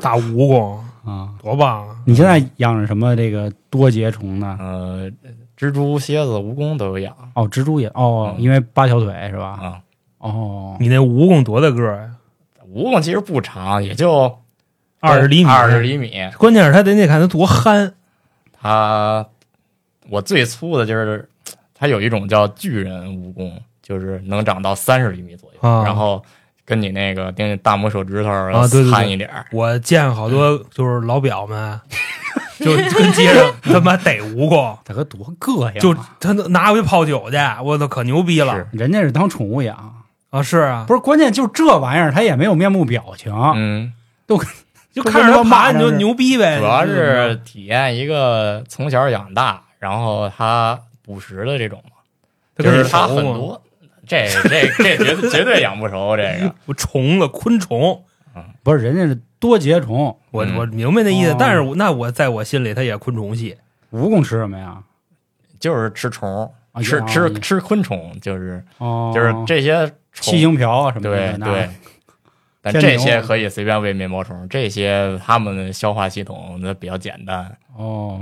[SPEAKER 3] 大蜈蚣
[SPEAKER 5] 嗯
[SPEAKER 2] 啊！
[SPEAKER 3] 多棒啊！
[SPEAKER 2] 你现在养着什么这个多节虫呢？
[SPEAKER 5] 呃，蜘蛛、蝎子、蜈蚣都有养
[SPEAKER 2] 哦，蜘蛛也哦，
[SPEAKER 5] 嗯
[SPEAKER 2] 因为八条腿是吧？
[SPEAKER 5] 啊。
[SPEAKER 2] 哦，
[SPEAKER 3] 你那蜈蚣多大个儿啊呀？
[SPEAKER 5] 蜈蚣其实不长，也就
[SPEAKER 3] 二十厘米，
[SPEAKER 5] 二十。厘米。
[SPEAKER 3] 关键是它得得看它多憨，
[SPEAKER 5] 它，我最粗的就是它有一种叫巨人蜈蚣，就是能长到三十厘米左右，
[SPEAKER 3] 啊
[SPEAKER 5] 然后跟你那个跟你大拇手指头儿
[SPEAKER 3] 啊对对对
[SPEAKER 5] 掺一点儿。
[SPEAKER 3] 我见好多就是老 表们，就跟街上他妈逮蜈蚣，
[SPEAKER 2] 大哥多膈应啊，
[SPEAKER 3] 就他拿回去泡酒去，我操，可牛逼了
[SPEAKER 5] 是
[SPEAKER 2] 人家是当宠物养，
[SPEAKER 3] 啊！是啊，
[SPEAKER 2] 不是关键就是这玩意儿，它也没有面部表情，
[SPEAKER 5] 嗯，
[SPEAKER 3] 就看着
[SPEAKER 2] 就
[SPEAKER 3] 他
[SPEAKER 2] 跟他
[SPEAKER 3] 爬
[SPEAKER 2] 妈
[SPEAKER 3] 你
[SPEAKER 2] 似
[SPEAKER 3] 就
[SPEAKER 2] 的
[SPEAKER 3] 牛逼呗。
[SPEAKER 5] 主要
[SPEAKER 3] 你怎么
[SPEAKER 5] 是
[SPEAKER 3] 着
[SPEAKER 5] 体验一个从小养大，然后它捕食的这种，
[SPEAKER 3] 它
[SPEAKER 5] 就
[SPEAKER 3] 跟
[SPEAKER 5] 是
[SPEAKER 3] 你
[SPEAKER 5] 它
[SPEAKER 3] 熟
[SPEAKER 5] 很
[SPEAKER 3] 吗？
[SPEAKER 5] 多。这这这绝对绝对养不熟，这个
[SPEAKER 3] 我哎虫子、昆虫，
[SPEAKER 2] 不是人家是多节虫。
[SPEAKER 3] 我
[SPEAKER 5] 嗯
[SPEAKER 3] 我明白那意思
[SPEAKER 2] 哦，
[SPEAKER 3] 但是我那我在我心里它也昆虫系，
[SPEAKER 2] 蜈蚣吃什么呀？
[SPEAKER 5] 就是吃虫，
[SPEAKER 2] 啊
[SPEAKER 5] 吃
[SPEAKER 2] 也
[SPEAKER 5] 吃
[SPEAKER 2] 啊
[SPEAKER 5] 吃昆虫，就是
[SPEAKER 2] 哦，
[SPEAKER 5] 就是这些虫
[SPEAKER 2] 七星瓢啊什么
[SPEAKER 5] 对
[SPEAKER 2] 的，那
[SPEAKER 5] 对，，但
[SPEAKER 2] 天
[SPEAKER 5] 这
[SPEAKER 2] 牛
[SPEAKER 5] 些可以随便喂面包虫，这些它们的消化系统那比较简单。嗯
[SPEAKER 2] 哦，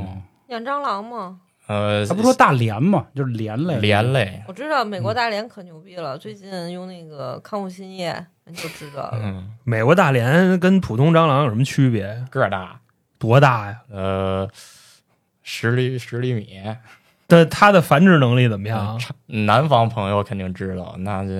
[SPEAKER 4] 养蟑螂吗？
[SPEAKER 5] 呃，
[SPEAKER 2] 它不说大连嘛，就是连类，
[SPEAKER 5] 连类，
[SPEAKER 4] 我知道美
[SPEAKER 3] 嗯
[SPEAKER 4] 国大连可牛逼了，最近用那个抗复新液，你就知道了。
[SPEAKER 5] 嗯，
[SPEAKER 3] 美国大蠊跟普通蟑螂有什么区别？
[SPEAKER 5] 个儿大，
[SPEAKER 3] 多大呀？
[SPEAKER 5] 呃，十厘十厘米。
[SPEAKER 3] 它它的繁殖能力怎么样
[SPEAKER 5] 嗯？差南方朋友肯定知道，那就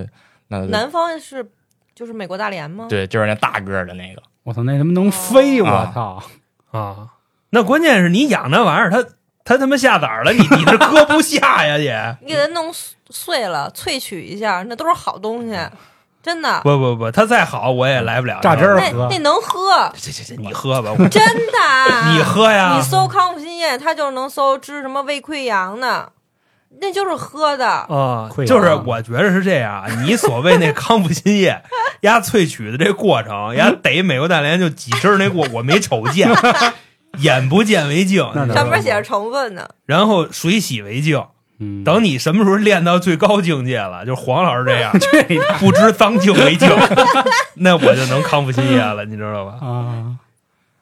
[SPEAKER 5] 那就
[SPEAKER 4] 南方是就是美国大连吗？。
[SPEAKER 5] 对，就是那大个儿的那个，
[SPEAKER 2] 我操，那他妈能飞！我
[SPEAKER 5] 啊
[SPEAKER 2] 操，
[SPEAKER 3] 啊，那关键是你养那玩意儿，它它他妈下崽儿了，你你这搁不下呀也
[SPEAKER 4] 你给它弄碎碎了，萃取一下，那都是好东西， 真的。
[SPEAKER 3] 嗯不不不，它再好我也来不了。
[SPEAKER 2] 榨汁儿
[SPEAKER 4] 那
[SPEAKER 2] 喝
[SPEAKER 4] 那能喝，
[SPEAKER 3] 这这这你喝吧，
[SPEAKER 4] 真的。啊
[SPEAKER 3] 你喝呀
[SPEAKER 4] 你。搜康复新液，它就是能搜治什么胃溃疡的。那就是喝的，
[SPEAKER 3] 啊、
[SPEAKER 2] 溃疡
[SPEAKER 3] 就是我觉得是这样，啊你所谓那康复新液， 压萃取的这过程，压逮美国大连就几支儿那过，我没瞅 见，眼不见为净，
[SPEAKER 2] 那
[SPEAKER 3] 你知道
[SPEAKER 4] 上
[SPEAKER 3] 吗
[SPEAKER 4] 面写着成分呢。
[SPEAKER 3] 然后水洗为净。
[SPEAKER 2] 嗯，
[SPEAKER 3] 等你什么时候练到最高境界了， 就是黄老师这样，
[SPEAKER 2] 对
[SPEAKER 3] 不知脏净为净，那我就能康复新液了，你知道吧？
[SPEAKER 2] 啊，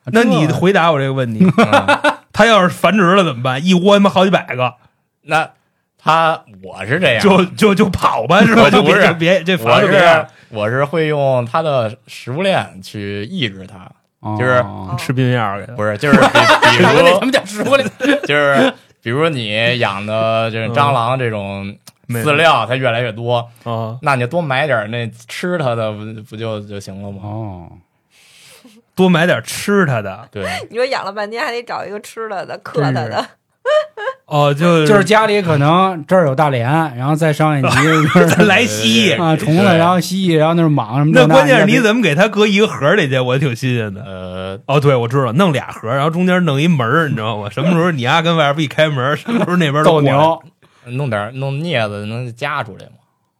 [SPEAKER 3] 那你回答我这个问题，
[SPEAKER 5] 嗯
[SPEAKER 3] 它要是繁殖了怎么办？一窝他妈好几百个，
[SPEAKER 5] 那他我是这样，
[SPEAKER 3] 就就就跑吧，是吧？就
[SPEAKER 5] 不
[SPEAKER 3] 别
[SPEAKER 5] 是
[SPEAKER 3] 就别 这
[SPEAKER 5] 我
[SPEAKER 3] 房子别
[SPEAKER 5] 是我是会用他的食物链去抑制它，就是
[SPEAKER 2] 哦
[SPEAKER 3] 吃冰面儿去。
[SPEAKER 5] 不是就是比比
[SPEAKER 2] 那他
[SPEAKER 5] 如
[SPEAKER 2] 们叫食物链
[SPEAKER 5] 就是比如你养的这种蟑螂这种
[SPEAKER 3] 没
[SPEAKER 5] 饲料它越来越多，
[SPEAKER 3] 啊，
[SPEAKER 5] 那你多买点儿那吃它的不不就就行了吗？
[SPEAKER 2] 哦，
[SPEAKER 3] 多买点吃它的
[SPEAKER 5] 对，
[SPEAKER 4] 你说养了半天还得找一个吃了的、克它的，
[SPEAKER 3] 哦，就
[SPEAKER 2] 就是家里可能这儿有大连，然后再 上一级
[SPEAKER 3] 咱来蜥蜴。
[SPEAKER 2] 啊虫子，
[SPEAKER 5] 对
[SPEAKER 2] 然后蜥蜴，然后那是蟒什么
[SPEAKER 3] 那
[SPEAKER 2] 这
[SPEAKER 3] 关键
[SPEAKER 2] 那
[SPEAKER 3] 是你
[SPEAKER 2] 的
[SPEAKER 3] 怎么给它搁一个盒儿里去？我挺新鲜的。
[SPEAKER 5] 呃，
[SPEAKER 3] 哦，对，我知道，弄俩盒儿，然后中间弄一门儿，你知道吗？什么时候你丫跟外边儿一开门儿，什么时候那边儿都
[SPEAKER 2] 斗
[SPEAKER 3] 过来
[SPEAKER 2] 牛
[SPEAKER 5] 弄点儿弄镊子能夹出来吗？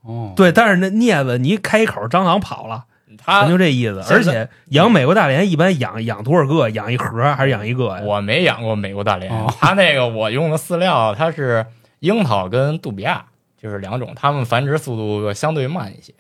[SPEAKER 2] 哦，
[SPEAKER 3] 对，但是那镊子你一开一口，蟑螂跑了，
[SPEAKER 5] 它
[SPEAKER 3] 咱就这意思。
[SPEAKER 5] 啊现
[SPEAKER 3] 而
[SPEAKER 5] 在
[SPEAKER 3] 且养美国大连一般养养多少个？养一盒儿还是养一个呀？
[SPEAKER 5] 我没养过美国大连
[SPEAKER 2] 哦，
[SPEAKER 5] 它那个我用的饲料它是樱桃跟杜比亚，就是两种，它们繁殖速度相对慢一些，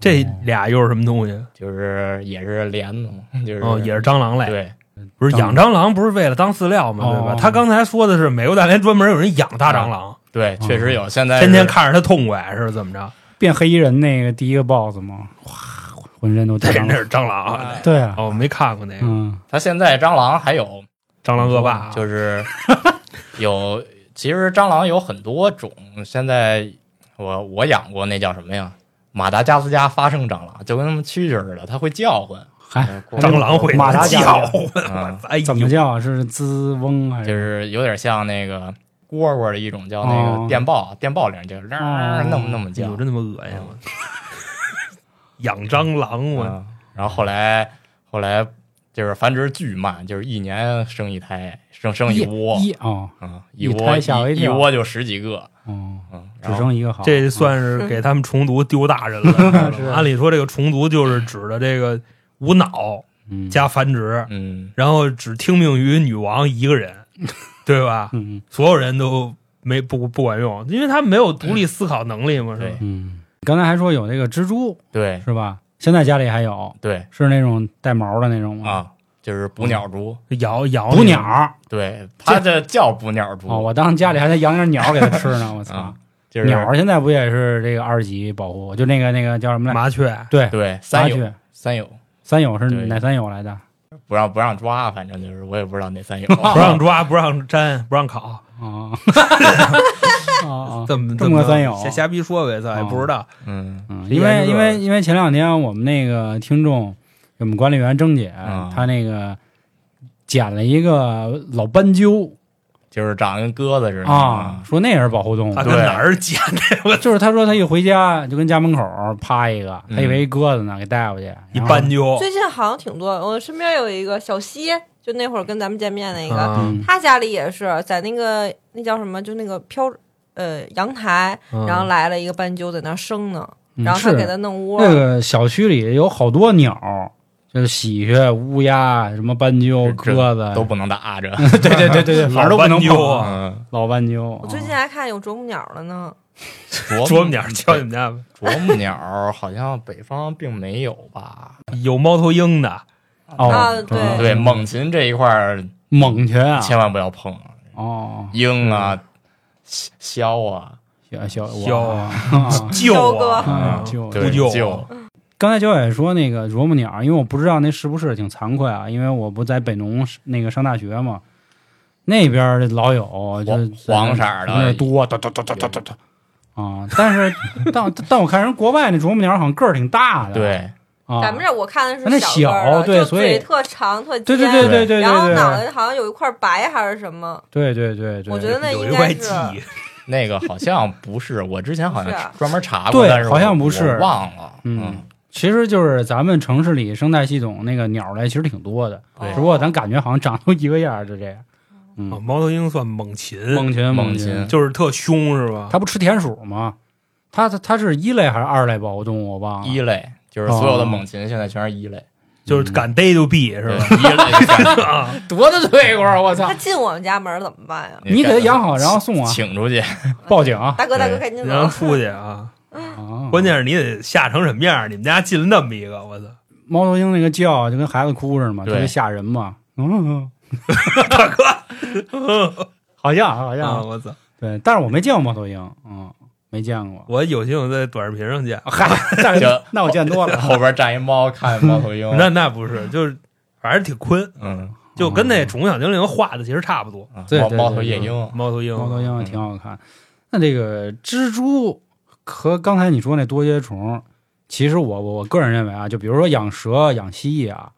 [SPEAKER 3] 这俩又是什么东西？
[SPEAKER 5] 就是也是莲子嘛，就是
[SPEAKER 3] 哦，也是蟑螂类。
[SPEAKER 5] 对
[SPEAKER 3] 不是
[SPEAKER 2] 蟑螂
[SPEAKER 3] 养蟑螂不是为了当饲料吗？对吧
[SPEAKER 2] 哦？
[SPEAKER 3] 他刚才说的是美国大连专门有人养大蟑螂，
[SPEAKER 5] 对，确实有。现在
[SPEAKER 3] 哦天天
[SPEAKER 5] 是
[SPEAKER 3] 看着它痛快，是怎么着？
[SPEAKER 2] 变黑衣人那个第一个 BOSS 嘛，哗，浑身都
[SPEAKER 3] 这
[SPEAKER 2] 带上
[SPEAKER 3] 那是蟑螂啊！
[SPEAKER 2] 对啊，
[SPEAKER 3] 哦，没看过那个
[SPEAKER 2] 嗯，
[SPEAKER 5] 它现在蟑螂还有
[SPEAKER 3] 蟑螂恶
[SPEAKER 5] 嗯
[SPEAKER 3] 霸，
[SPEAKER 5] 就是 有，其实蟑螂有很多种。现在我我养过那叫什么呀？马达加斯加发生蟑螂，就跟他们蛐蛐儿似的，它会叫唤。
[SPEAKER 2] 嗨
[SPEAKER 5] 嗯
[SPEAKER 3] 蟑螂会
[SPEAKER 2] 呃马达加斯
[SPEAKER 3] 叫
[SPEAKER 2] 加
[SPEAKER 3] 唤，
[SPEAKER 5] 嗯
[SPEAKER 3] 哎呦
[SPEAKER 2] 怎么叫？啊是滋嗡还？
[SPEAKER 5] 就是是有点像那个蝈蝈的一种叫那
[SPEAKER 2] 哦
[SPEAKER 5] 个电报，电报铃就是、
[SPEAKER 2] 哦
[SPEAKER 5] 那么那么
[SPEAKER 3] 哎呦
[SPEAKER 5] 叫。
[SPEAKER 3] 真他妈恶心！我 养蟑螂，
[SPEAKER 2] 哦
[SPEAKER 3] 我
[SPEAKER 5] 嗯然后后来后来就是繁殖巨慢，就是一年生一胎，生生一窝
[SPEAKER 2] 一哦
[SPEAKER 5] 啊，
[SPEAKER 2] 一
[SPEAKER 5] 窝
[SPEAKER 2] 胎吓我一
[SPEAKER 5] 一
[SPEAKER 2] 跳
[SPEAKER 5] 窝就十几个，
[SPEAKER 2] 哦，
[SPEAKER 5] 嗯，
[SPEAKER 2] 只
[SPEAKER 5] 然后
[SPEAKER 2] 生一个好，
[SPEAKER 3] 这算是给他们虫族丢大人 了。知道吗按理说，这个虫族就是指的这个无脑
[SPEAKER 2] 嗯
[SPEAKER 3] 加繁殖，
[SPEAKER 5] 嗯，
[SPEAKER 3] 然后只听命于女王一 个人，对吧？
[SPEAKER 2] 嗯
[SPEAKER 3] 所有人都没不不管用，因为他没有独立思考能力嘛，是吧
[SPEAKER 5] 对？
[SPEAKER 2] 嗯，刚才还说有那个蜘蛛
[SPEAKER 5] 对
[SPEAKER 2] 是吧？现在家里还有，
[SPEAKER 5] 对
[SPEAKER 2] 是那种带毛的那种吗？
[SPEAKER 5] 啊，就是
[SPEAKER 2] 嗯
[SPEAKER 5] 捕鸟蛛，
[SPEAKER 3] 咬咬
[SPEAKER 2] 捕
[SPEAKER 3] 你
[SPEAKER 2] 鸟儿
[SPEAKER 5] 对，它这叫捕鸟
[SPEAKER 2] 哦，
[SPEAKER 5] 蛛
[SPEAKER 2] 我当时家里还得养点鸟给它吃呢，我操
[SPEAKER 5] 啊！，就是
[SPEAKER 2] 鸟儿现在不也是这个二级保护？就那个那个叫什么来？啊
[SPEAKER 3] 麻雀，
[SPEAKER 2] 对，
[SPEAKER 5] 对
[SPEAKER 2] 麻
[SPEAKER 5] 三友
[SPEAKER 2] 雀。
[SPEAKER 5] 三友
[SPEAKER 2] 三友是
[SPEAKER 5] 对
[SPEAKER 2] 哪三友来的？
[SPEAKER 5] 不让不让抓，反正就是我也不知道哪 三友，
[SPEAKER 2] 啊
[SPEAKER 3] 不让抓，不让粘，不让烤，
[SPEAKER 2] 哦，哦哦，
[SPEAKER 3] 怎么
[SPEAKER 2] 这
[SPEAKER 3] 怎
[SPEAKER 2] 么
[SPEAKER 3] 么
[SPEAKER 2] 个三友
[SPEAKER 3] 瞎瞎逼说呗，咱也
[SPEAKER 2] 哦
[SPEAKER 3] 不知道。
[SPEAKER 5] 嗯
[SPEAKER 2] 嗯，
[SPEAKER 3] 这
[SPEAKER 2] 因
[SPEAKER 3] 研
[SPEAKER 2] 为
[SPEAKER 3] 究
[SPEAKER 2] 因
[SPEAKER 3] 热
[SPEAKER 2] 为因为前两天我们那个听众，我们管理员郑姐，
[SPEAKER 5] 啊
[SPEAKER 2] 她那个捡了一个老斑鸠
[SPEAKER 5] 就是长得跟鸽子似的
[SPEAKER 2] 啊，，说那也是保护动物
[SPEAKER 3] 他，跟
[SPEAKER 5] 对
[SPEAKER 3] 哪儿捡的？我
[SPEAKER 2] 就是她说她一回家就跟家门口趴一个，她以
[SPEAKER 5] 嗯
[SPEAKER 2] 为一鸽子呢，给带回去，
[SPEAKER 3] 一
[SPEAKER 2] 然后
[SPEAKER 3] 斑鸠
[SPEAKER 4] 最近好像挺多，我身边有一个小西，就那会儿跟咱们见面那个，
[SPEAKER 3] 啊，
[SPEAKER 2] 嗯
[SPEAKER 4] 他家里也是在那个那叫什么，就那个飘呃阳台，
[SPEAKER 3] 嗯
[SPEAKER 4] 然后来了一个斑鸠在那儿生呢，
[SPEAKER 2] 嗯
[SPEAKER 4] 然后他
[SPEAKER 2] 是
[SPEAKER 4] 给它弄窝，
[SPEAKER 2] 那个小区里有好多鸟，就是喜鹊、乌鸦、什么斑鸠、
[SPEAKER 5] 是这
[SPEAKER 2] 鸽子，
[SPEAKER 5] 都不能打着，
[SPEAKER 2] 对对对对对，反正都不能
[SPEAKER 3] 老斑鸠
[SPEAKER 2] 碰
[SPEAKER 3] 啊
[SPEAKER 5] 嗯，
[SPEAKER 2] 老斑鸠，
[SPEAKER 4] 我最近
[SPEAKER 2] 啊
[SPEAKER 4] 还看有啄木鸟了呢，
[SPEAKER 3] 啄木鸟敲你们家呗
[SPEAKER 5] 啄木鸟好像北方并没有吧？
[SPEAKER 3] 有猫头鹰的，
[SPEAKER 4] 啊
[SPEAKER 2] 哦，
[SPEAKER 4] 对
[SPEAKER 2] 嗯
[SPEAKER 5] 对，猛禽这一块儿
[SPEAKER 2] 猛禽啊，
[SPEAKER 5] 千万不要碰，
[SPEAKER 2] 哦，
[SPEAKER 5] 鹰啊、枭枭啊，
[SPEAKER 2] 小小
[SPEAKER 3] 肖
[SPEAKER 2] 我啊
[SPEAKER 3] 鹫
[SPEAKER 4] 哥
[SPEAKER 2] 啊
[SPEAKER 3] 啊，
[SPEAKER 2] 就
[SPEAKER 5] 对，
[SPEAKER 3] 秃鹫
[SPEAKER 5] 鹫，
[SPEAKER 2] 嗯刚才焦姐说那个啄木鸟，因为我不知道那是不是挺惭愧啊，因为我不在北农那个上大学嘛，那边儿老有就
[SPEAKER 5] 黄黄色儿的
[SPEAKER 2] 那多，哒哒哒哒哒哒哒啊！但是但但我看人国外那啄木鸟好像个儿挺大的，
[SPEAKER 5] 对，
[SPEAKER 2] 啊，
[SPEAKER 4] 咱们这我看的
[SPEAKER 2] 那
[SPEAKER 4] 是个儿
[SPEAKER 2] 小
[SPEAKER 4] 的，
[SPEAKER 2] 对
[SPEAKER 4] 就
[SPEAKER 2] 所以
[SPEAKER 4] 嘴特长特尖，
[SPEAKER 2] 对对对对对对
[SPEAKER 4] 然后
[SPEAKER 2] 对
[SPEAKER 4] 脑袋好像有一块白还是什么，
[SPEAKER 2] 对对对对，
[SPEAKER 4] 我觉得那
[SPEAKER 3] 有
[SPEAKER 4] 应
[SPEAKER 3] 一块
[SPEAKER 4] 该
[SPEAKER 3] 记
[SPEAKER 4] 是
[SPEAKER 3] 忆，
[SPEAKER 5] 那个好像不 是，我之前好
[SPEAKER 4] 不是
[SPEAKER 5] 像
[SPEAKER 4] 啊
[SPEAKER 5] 专门查
[SPEAKER 2] 对
[SPEAKER 5] 过，但是
[SPEAKER 2] 好像
[SPEAKER 5] 我
[SPEAKER 2] 不是
[SPEAKER 5] 我忘了，
[SPEAKER 2] 嗯，其实就是咱们城市里生态系统那个鸟类其实挺多的，
[SPEAKER 5] 对
[SPEAKER 2] 只不过咱感觉好像长都一个样儿，就这样
[SPEAKER 3] 啊
[SPEAKER 2] 嗯，
[SPEAKER 3] 猫头鹰算猛
[SPEAKER 5] 嗯
[SPEAKER 3] 禽，
[SPEAKER 2] 猛禽
[SPEAKER 5] 猛
[SPEAKER 2] 禽
[SPEAKER 5] 禽，
[SPEAKER 3] 就是特凶是吧？
[SPEAKER 2] 它不吃田鼠吗？它它它是一类还是二类保护动物？我忘了。
[SPEAKER 5] 嗯一类，就是所
[SPEAKER 2] 哦
[SPEAKER 5] 有的猛禽现在全是一类，
[SPEAKER 3] 就是敢逮就毙是
[SPEAKER 5] 对
[SPEAKER 3] 吧？
[SPEAKER 5] 一类就算是
[SPEAKER 2] 多大罪
[SPEAKER 5] 啊
[SPEAKER 2] 过？我操
[SPEAKER 4] 他！进我们家门儿怎么办呀？
[SPEAKER 2] 你给它养好，然后送我
[SPEAKER 5] 请 出去，
[SPEAKER 2] 报警啊！
[SPEAKER 4] 大哥，大哥，
[SPEAKER 5] 对
[SPEAKER 4] 赶紧
[SPEAKER 3] 你让它
[SPEAKER 4] 走！
[SPEAKER 3] 出去啊！
[SPEAKER 2] 啊
[SPEAKER 3] 关键是你得吓成什么样儿？你们家进了那么一个，我操！
[SPEAKER 2] 猫头鹰那个叫就跟孩子哭似的嘛，特
[SPEAKER 5] 对
[SPEAKER 2] 别吓 人嘛。嗯，大哥，好像好
[SPEAKER 3] 啊，
[SPEAKER 5] 嗯
[SPEAKER 2] 像
[SPEAKER 3] 我操！
[SPEAKER 2] 对，但是我没见过猫头鹰，嗯，没见过。
[SPEAKER 3] 我有幸在短视频 上见，
[SPEAKER 2] 嗨，那
[SPEAKER 5] 就
[SPEAKER 2] 那我见多了。
[SPEAKER 5] 后边站一猫看猫头鹰，
[SPEAKER 3] 那那不是，就是反正挺坤，
[SPEAKER 5] 嗯，
[SPEAKER 3] 就跟那宠物小精灵画的其实差不多。
[SPEAKER 5] 啊
[SPEAKER 2] 对
[SPEAKER 5] 猫
[SPEAKER 2] 对
[SPEAKER 5] 猫
[SPEAKER 2] 对
[SPEAKER 5] 头夜
[SPEAKER 2] 对
[SPEAKER 5] 鹰，
[SPEAKER 3] 猫头鹰，
[SPEAKER 2] 猫头鹰挺好看。那这个蜘蛛和刚才你说那多节虫，其实我我我个人认为啊，就比如说养蛇、养蜥蜴啊，